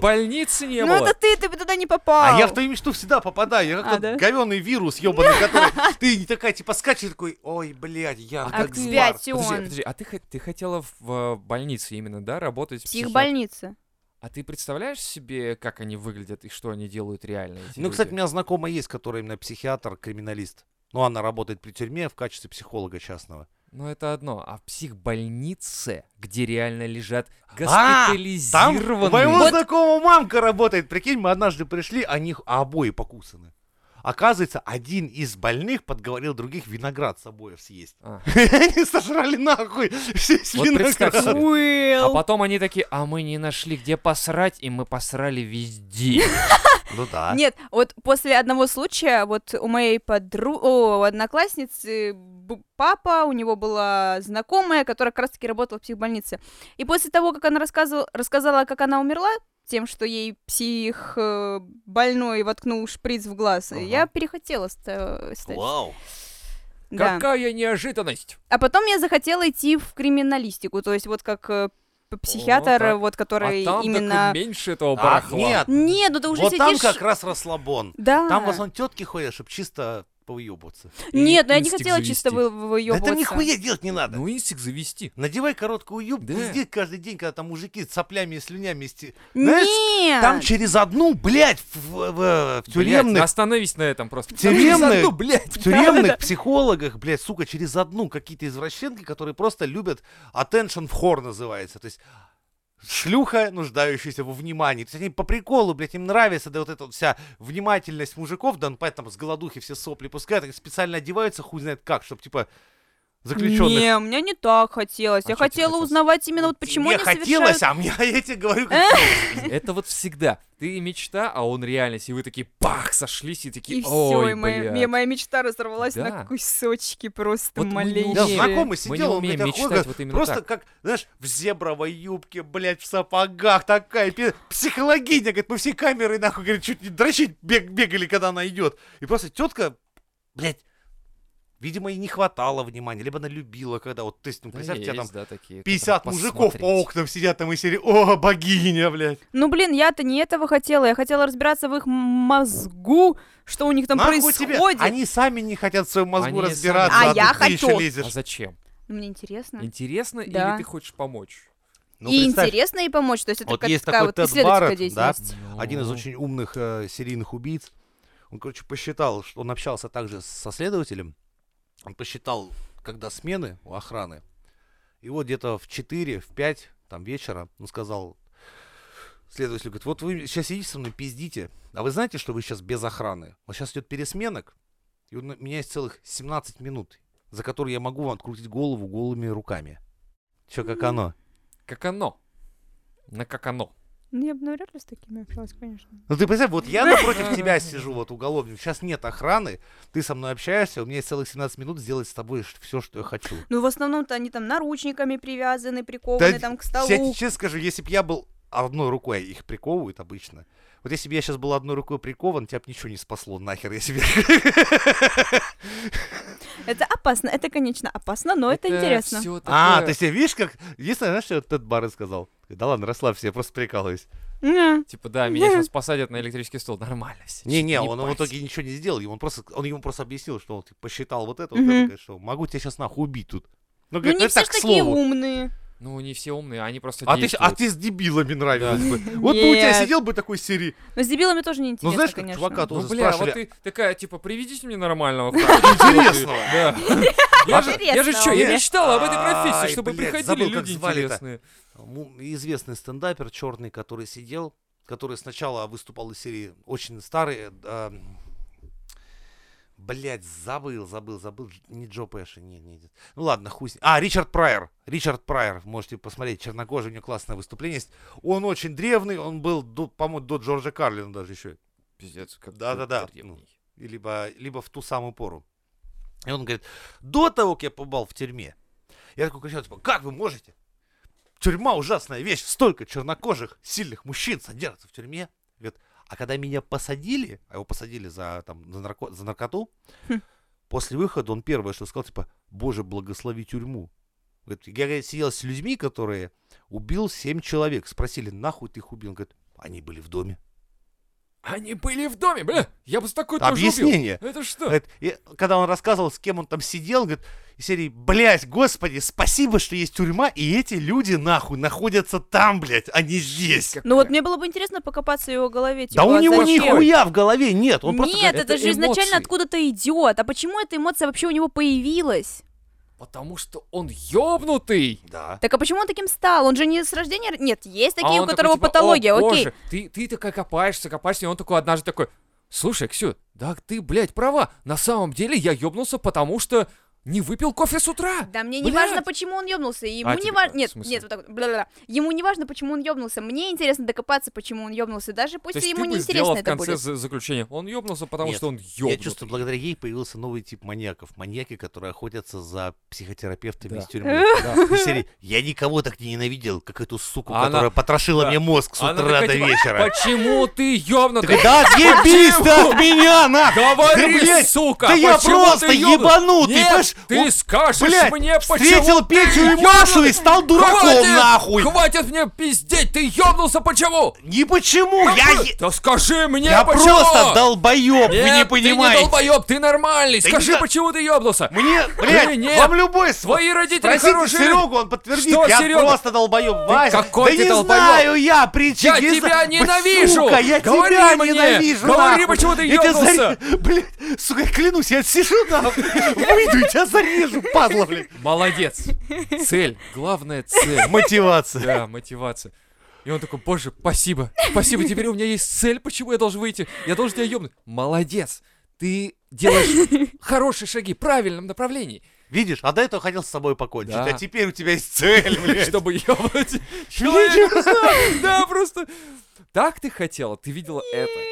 Speaker 3: больницы не
Speaker 2: Ну
Speaker 3: было.
Speaker 2: это ты, ты бы туда не попал.
Speaker 1: А я в твою мечту всегда попадаю. Я как
Speaker 2: А,
Speaker 1: тот
Speaker 2: да?
Speaker 1: говёный вирус, ёбаный, который... Ты не такая, типа, скачешь, и такой, ой, блядь, я
Speaker 3: А
Speaker 1: как
Speaker 3: как
Speaker 1: бар».
Speaker 2: опять он.
Speaker 3: Подожди, подожди, а ты, хот- ты хотела в э, больнице именно, да, работать? психиатром?
Speaker 2: Психбольница.
Speaker 3: А ты представляешь себе, как они выглядят и что они делают реально? эти
Speaker 1: Ну, кстати, у
Speaker 3: люди?
Speaker 1: меня знакомая есть, которая именно психиатр, криминалист. Ну, она работает при тюрьме в качестве психолога частного.
Speaker 3: Ну, это одно. А в психбольнице, где реально лежат
Speaker 1: А,
Speaker 3: госпитализированные...
Speaker 1: у моего
Speaker 3: Вот
Speaker 1: знакомого мамка работает. Прикинь, мы однажды пришли, а них а обои покусаны. Оказывается, один из больных подговорил других виноград с обоев съесть.
Speaker 3: А.
Speaker 1: Они сожрали нахуй весь
Speaker 3: Вот представь
Speaker 1: виноград.
Speaker 3: себе. А
Speaker 2: Уилл.
Speaker 3: потом они такие, а мы не нашли, где посрать, и мы посрали везде.
Speaker 1: Ну да.
Speaker 2: Нет, вот после одного случая, вот у моей подру... о, у одноклассницы б- папа, у него была знакомая, которая как раз-таки работала в психбольнице. И после того, как она рассказывала, рассказала, как она умерла, тем, что ей псих э, больной воткнул шприц в глаз,
Speaker 1: Ага.
Speaker 2: я перехотела ста- э, стать.
Speaker 1: Вау.
Speaker 2: Да.
Speaker 3: Какая неожиданность!
Speaker 2: А потом я захотела идти в криминалистику, то есть вот как э, п- психиатр,
Speaker 3: так.
Speaker 2: э, вот который
Speaker 3: А там
Speaker 2: именно...
Speaker 3: так меньше этого
Speaker 1: А,
Speaker 3: барахла.
Speaker 1: нет.
Speaker 2: Нет, ну ты уже
Speaker 1: Вот там
Speaker 2: сидишь-
Speaker 1: как раз расслабон.
Speaker 2: Да.
Speaker 1: Там в основном тетки ходят, чтобы чисто повъебываться.
Speaker 3: И
Speaker 2: Нет, ну я не
Speaker 3: инстинкт
Speaker 2: хотела чисто
Speaker 3: завести.
Speaker 2: вы-
Speaker 1: Да
Speaker 2: выебываться.
Speaker 1: это нихуя делать не надо.
Speaker 3: Ну, инстинкт завести.
Speaker 1: Надевай короткую юбку,
Speaker 3: Да.
Speaker 1: жди каждый день, когда там мужики с соплями и слюнями. сте- Знаешь,
Speaker 2: Нет!
Speaker 1: Там через одну, блядь, в, в- в
Speaker 3: Блядь,
Speaker 1: тюремных,
Speaker 3: остановись на этом просто.
Speaker 1: тюремных-
Speaker 3: Ну, блядь.
Speaker 1: в тюремных психологах, блядь, сука, через одну какие-то извращенки, которые просто любят attention в хор называется. То есть шлюха, нуждающаяся во внимании. То есть они по приколу, блядь, им нравится, да вот эта вот вся внимательность мужиков, да, ну, поэтому с голодухи все сопли пускают, они специально одеваются, хуй знает как, чтобы, типа, заключенных...
Speaker 2: Не, у меня не так хотелось.
Speaker 3: А
Speaker 2: я
Speaker 3: что тебе
Speaker 2: хотела
Speaker 3: хотелось?
Speaker 2: узнавать именно вот почему
Speaker 1: Мне
Speaker 2: они
Speaker 1: хотелось,
Speaker 2: совершают...
Speaker 1: а мне, я тебе говорю, как
Speaker 3: Это вот всегда. Ты мечта, а он реальность. И вы такие, пах, сошлись, и такие,
Speaker 2: И все,
Speaker 3: ой,
Speaker 2: и моя,
Speaker 3: блядь».
Speaker 2: моя мечта разорвалась
Speaker 3: Да.
Speaker 2: на кусочки просто
Speaker 3: Вот мы не
Speaker 2: маленькие.
Speaker 1: Да,
Speaker 3: умеем.
Speaker 1: знакомый
Speaker 3: Мы не
Speaker 1: сидел, он,
Speaker 3: умеем
Speaker 1: блядь,
Speaker 3: мечтать
Speaker 1: охотно,
Speaker 3: вот именно
Speaker 1: просто
Speaker 3: так.
Speaker 1: как, знаешь, в зебровой юбке, блядь, в сапогах, такая пи- психологиня, говорит, мы все камеры, нахуй, говорит, чуть не дрочить бег- бегали, когда она идет. И просто тетка, блядь, видимо, и не хватало внимания, либо она любила, когда вот, то есть, ну,
Speaker 3: Да,
Speaker 1: представь, у тебя там
Speaker 3: есть, да, такие,
Speaker 1: 50
Speaker 3: которые
Speaker 1: мужиков по
Speaker 3: посмотреть.
Speaker 1: окнам сидят там и серии, о, богиня, блядь.
Speaker 2: Ну, блин, я-то не этого хотела. Я хотела разбираться в их мозгу, что у них там
Speaker 1: Нахуй тебе?
Speaker 2: происходит.
Speaker 1: Они сами не хотят в своем мозгу
Speaker 3: Они
Speaker 1: разбираться,
Speaker 2: сами- А я
Speaker 1: ты еще
Speaker 2: хочу.
Speaker 1: лезешь.
Speaker 3: А зачем?
Speaker 2: Ну, Мне интересно.
Speaker 3: Интересно или
Speaker 2: Да.
Speaker 3: ты хочешь помочь?
Speaker 1: Ну,
Speaker 2: и
Speaker 1: представь,
Speaker 2: интересно, и помочь. То есть это
Speaker 1: Вот
Speaker 2: как
Speaker 1: есть
Speaker 2: такая
Speaker 1: такой
Speaker 2: вот
Speaker 1: Тед
Speaker 2: исследовательская
Speaker 1: Барретт, да?
Speaker 2: деятельность.
Speaker 1: один из очень умных э, серийных убийц. Он, короче, посчитал, что он общался также со следователем. Он посчитал, когда смены у охраны. И вот где-то в 4, в 5 там вечера он сказал следователю, говорит, вот вы сейчас сидите со мной, пиздите. А вы знаете, что вы сейчас без охраны? Вот сейчас идет пересменок, и у меня есть целых 17 минут, за которые я могу вам открутить голову голыми руками. Че, как оно?
Speaker 3: Как оно? На как оно?
Speaker 2: Ну, я бы навряд ли с такими общалась, конечно.
Speaker 1: Ну ты представь, вот я напротив тебя сижу, вот уголовник, сейчас нет охраны, ты со мной общаешься, у меня есть целых 17 минут сделать с тобой все, что я хочу.
Speaker 2: Ну, в основном-то они там наручниками привязаны, прикованы
Speaker 1: Да
Speaker 2: там к
Speaker 1: Я
Speaker 2: столу.
Speaker 1: тебе честно скажу, если бы я был одной рукой, их приковывают обычно. Вот если бы я сейчас был одной рукой прикован, тебя бы ничего не спасло нахер, если бы...
Speaker 2: Это опасно, это, конечно, опасно, но Ну, это, интересно.
Speaker 3: всё
Speaker 1: А,
Speaker 3: такое-
Speaker 1: то есть я, видишь, как... Единственное, знаешь, что Тед Баррет сказал? Да ладно, расслабься, я просто прикалываюсь.
Speaker 2: М. ну,
Speaker 3: Типа, да, меня сейчас посадят на электрический стол. Нормально все.
Speaker 1: Не-не, он в итоге ничего не сделал, и он просто, он ему просто объяснил, что он типа, посчитал вот это, вот
Speaker 2: Мгм.
Speaker 1: это, говорит, что могу тебя сейчас нахуй убить тут. Ну,
Speaker 2: Ну,
Speaker 1: говорит,
Speaker 2: не
Speaker 1: это
Speaker 2: все
Speaker 1: так,
Speaker 2: ж
Speaker 1: к
Speaker 2: такие
Speaker 1: слову.
Speaker 2: умные.
Speaker 3: Ну, не все умные, они просто
Speaker 1: А ты, щ- а
Speaker 3: действуют.
Speaker 1: ты с дебилами нравилась бы. Вот бы у тебя
Speaker 2: Нет.
Speaker 1: сидел бы такой серии.
Speaker 2: Но с дебилами тоже неинтересно,
Speaker 1: Ну знаешь, как
Speaker 2: конечно.
Speaker 1: чувака
Speaker 3: Ну,
Speaker 1: тоже
Speaker 3: бля, вот
Speaker 1: спрашивали.
Speaker 3: ты такая, типа, приведите мне нормального.
Speaker 1: Интересного.
Speaker 3: Да. Я же, я же что, я
Speaker 2: Интересного.
Speaker 3: мечтала об этой профессии,
Speaker 1: Ай,
Speaker 3: чтобы
Speaker 1: блядь,
Speaker 3: приходили
Speaker 1: забыл, как
Speaker 3: люди
Speaker 1: звали-то.
Speaker 3: интересные.
Speaker 1: Му- Известный стендапер черный, который сидел, который сначала выступал из серии очень старый. э, Блять, забыл, забыл, забыл. Дж- Не Джо Пэши, не, не. не. Ну ладно, хуй с ним. А, Ричард Прайер. Ричард Прайер, можете посмотреть, чернокожий, у него классное выступление есть. Он очень древний, он был, до, по-моему, до Джорджа Карлина даже еще.
Speaker 3: Пиздец, как
Speaker 1: Да-да-да. и либо, либо в ту самую пору. И он говорит, до того, как я побывал в тюрьме, я такой кричал, типа, как вы можете? Тюрьма ужасная вещь, столько чернокожих, сильных мужчин содержатся в тюрьме. Говорит, а когда меня посадили, а его посадили за, там, за, нарко- за наркоту,
Speaker 2: Хм.
Speaker 1: после выхода он первое, что сказал, типа, боже, благослови тюрьму. Говорит, я говорит, сидел с людьми, которые убил семь человек. Спросили, нахуй ты их убил? Он говорит, они были в доме.
Speaker 3: Они были в доме, бля, я бы с такой тоже убил.
Speaker 1: Объяснение.
Speaker 3: Это что?
Speaker 1: Говорит, и когда он рассказывал, с кем он там сидел, говорит, из серии, блядь, господи, спасибо, что есть тюрьма, и эти люди, нахуй, находятся там, блядь, а не здесь.
Speaker 3: Как-
Speaker 2: Ну вот мне было бы интересно покопаться в его голове.
Speaker 1: Да
Speaker 2: типа,
Speaker 1: у
Speaker 2: а
Speaker 1: него
Speaker 2: зачем?
Speaker 1: нихуя в голове нет, он просто...
Speaker 2: Нет,
Speaker 1: говорит,
Speaker 2: это,
Speaker 3: это
Speaker 2: же изначально
Speaker 3: эмоции.
Speaker 2: откуда-то идет. А почему эта эмоция вообще у него появилась?
Speaker 3: Потому что он ёбнутый.
Speaker 1: Да.
Speaker 2: Так а почему он таким стал? Он же не с рождения... Нет, есть
Speaker 3: А
Speaker 2: такие,
Speaker 3: он
Speaker 2: у
Speaker 3: такой,
Speaker 2: которого
Speaker 3: типа, «О,
Speaker 2: патология, окей.
Speaker 3: боже, Ты, ты такая копаешься, копаешься, и он такой однажды такой, слушай, Ксю, да ты, блядь, права, на самом деле я ёбнулся, потому что не выпил кофе с утра.
Speaker 2: Да мне не
Speaker 3: Блядь.
Speaker 2: важно, почему он ёбнулся. и Ему
Speaker 3: А,
Speaker 2: не
Speaker 3: тебе-
Speaker 2: важно.
Speaker 3: в
Speaker 2: Нет,
Speaker 3: смысле?
Speaker 2: нет, вот так вот. бла-бла-бла. Ему не важно, почему он ёбнулся. Мне интересно докопаться, почему он ёбнулся. Даже пусть
Speaker 3: То есть
Speaker 2: ему
Speaker 3: ты
Speaker 2: не
Speaker 3: бы сделала
Speaker 2: интересно это
Speaker 3: в конце
Speaker 2: будет.
Speaker 3: за- заключение. Он ёбнулся, потому
Speaker 1: Нет,
Speaker 3: что он
Speaker 1: Я
Speaker 3: ёбнутый.
Speaker 1: чувствую, благодаря ей появился новый тип маньяков. Маньяки, которые охотятся за психотерапевтами
Speaker 3: Да.
Speaker 1: из тюрьмы. Из серии, я никого так не ненавидел, как эту суку,
Speaker 3: Она-
Speaker 1: которая потрошила
Speaker 3: да.
Speaker 1: мне мозг с
Speaker 3: Она
Speaker 1: утра
Speaker 3: такая,
Speaker 1: до
Speaker 3: типа,
Speaker 1: вечера.
Speaker 3: Почему ты ёбнутый?
Speaker 1: Такой, Да отъебись ты от меня, нахуй!
Speaker 3: Говори,
Speaker 1: Да, блядь,
Speaker 3: сука!
Speaker 1: Да я
Speaker 3: почему
Speaker 1: просто
Speaker 3: ты ёбнутый?
Speaker 1: ебанутый,
Speaker 3: Нет,
Speaker 1: понимаешь?
Speaker 3: ты
Speaker 1: Вот
Speaker 3: скажешь
Speaker 1: Блядь,
Speaker 3: мне, почему
Speaker 1: встретил Петю и
Speaker 3: ёбнутый?
Speaker 1: Машу и стал дураком,
Speaker 3: хватит,
Speaker 1: нахуй!
Speaker 3: Хватит мне пиздеть, ты ёбнулся, почему?
Speaker 1: Не почему, я... е-
Speaker 3: Да скажи мне,
Speaker 1: Я
Speaker 3: почему?
Speaker 1: просто долбоеб, вы
Speaker 3: Нет,
Speaker 1: не
Speaker 3: ты
Speaker 1: понимаете.
Speaker 3: не долбоеб, ты нормальный,
Speaker 1: Да
Speaker 3: скажи,
Speaker 1: не за-
Speaker 3: почему ты ёбнулся?
Speaker 1: Мне, блядь,
Speaker 3: нет.
Speaker 1: вам любой... с-
Speaker 3: Твои родители
Speaker 1: Спросите
Speaker 3: хорошие люди.
Speaker 1: Серегу, он подтвердит,
Speaker 3: Что,
Speaker 1: я
Speaker 3: Серега?
Speaker 1: просто долбоеб, Вася.
Speaker 3: какой
Speaker 1: да
Speaker 3: ты
Speaker 1: не
Speaker 3: долбоеб?
Speaker 1: знаю я причин.
Speaker 3: Я
Speaker 1: не
Speaker 3: тебя
Speaker 1: знаю. Блядь,
Speaker 3: ненавижу.
Speaker 1: Сука, я
Speaker 3: Говори
Speaker 1: тебя
Speaker 3: мне.
Speaker 1: ненавижу.
Speaker 3: Говори,
Speaker 1: нахуй.
Speaker 3: почему ты
Speaker 1: Я тебя
Speaker 3: ёбнулся.
Speaker 1: зарежу. Блядь, сука, я клянусь, я сижу нахуй, выйду и тебя зарежу, падла, блядь.
Speaker 3: Молодец. Цель. Главная цель.
Speaker 1: Мотивация.
Speaker 3: Да, мотивация. И он такой, боже, спасибо, спасибо, теперь у меня есть цель, почему я должен выйти, я должен тебя ёбнуть. Молодец, ты делаешь хорошие шаги в правильном направлении,
Speaker 1: Видишь, а до этого хотел с собой покончить,
Speaker 3: Да.
Speaker 1: а теперь у тебя есть цель, блядь.
Speaker 3: чтобы ёбнуть человека. не знаю. Да, просто так ты хотела, ты видела это.
Speaker 2: М-м.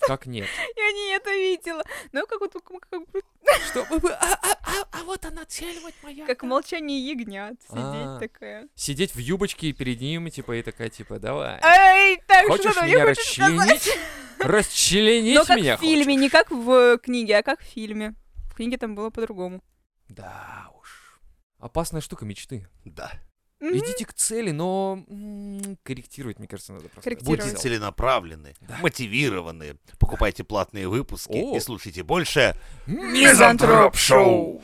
Speaker 3: Как нет?
Speaker 2: Я не это видела. Ну, как вот как, как-
Speaker 3: Что вы бы- а, а, а, а вот она цель вот моя.
Speaker 2: как молчание ягнят. Сидеть
Speaker 3: А.
Speaker 2: такая.
Speaker 3: Сидеть в юбочке перед ним, типа, и такая, типа, давай.
Speaker 2: Эй, так,
Speaker 3: Хочешь
Speaker 2: что там,
Speaker 3: меня
Speaker 2: я А хочу сказать.
Speaker 3: расчленить? Расчленить
Speaker 2: Но как
Speaker 3: меня
Speaker 2: в фильме,
Speaker 3: хочешь?
Speaker 2: не как в э, книге, а как в фильме. В книге там было по-другому.
Speaker 3: Да уж. Опасная штука мечты.
Speaker 1: Да.
Speaker 2: Мгм.
Speaker 3: Идите к цели, но м, корректировать, мне кажется, надо просто.
Speaker 2: Корректировать.
Speaker 1: Будьте
Speaker 2: Мотивировать.
Speaker 1: целенаправленные, мотивированные, покупайте платные выпуски
Speaker 3: О.
Speaker 1: и слушайте больше
Speaker 3: М,
Speaker 2: Мизантроп Шоу.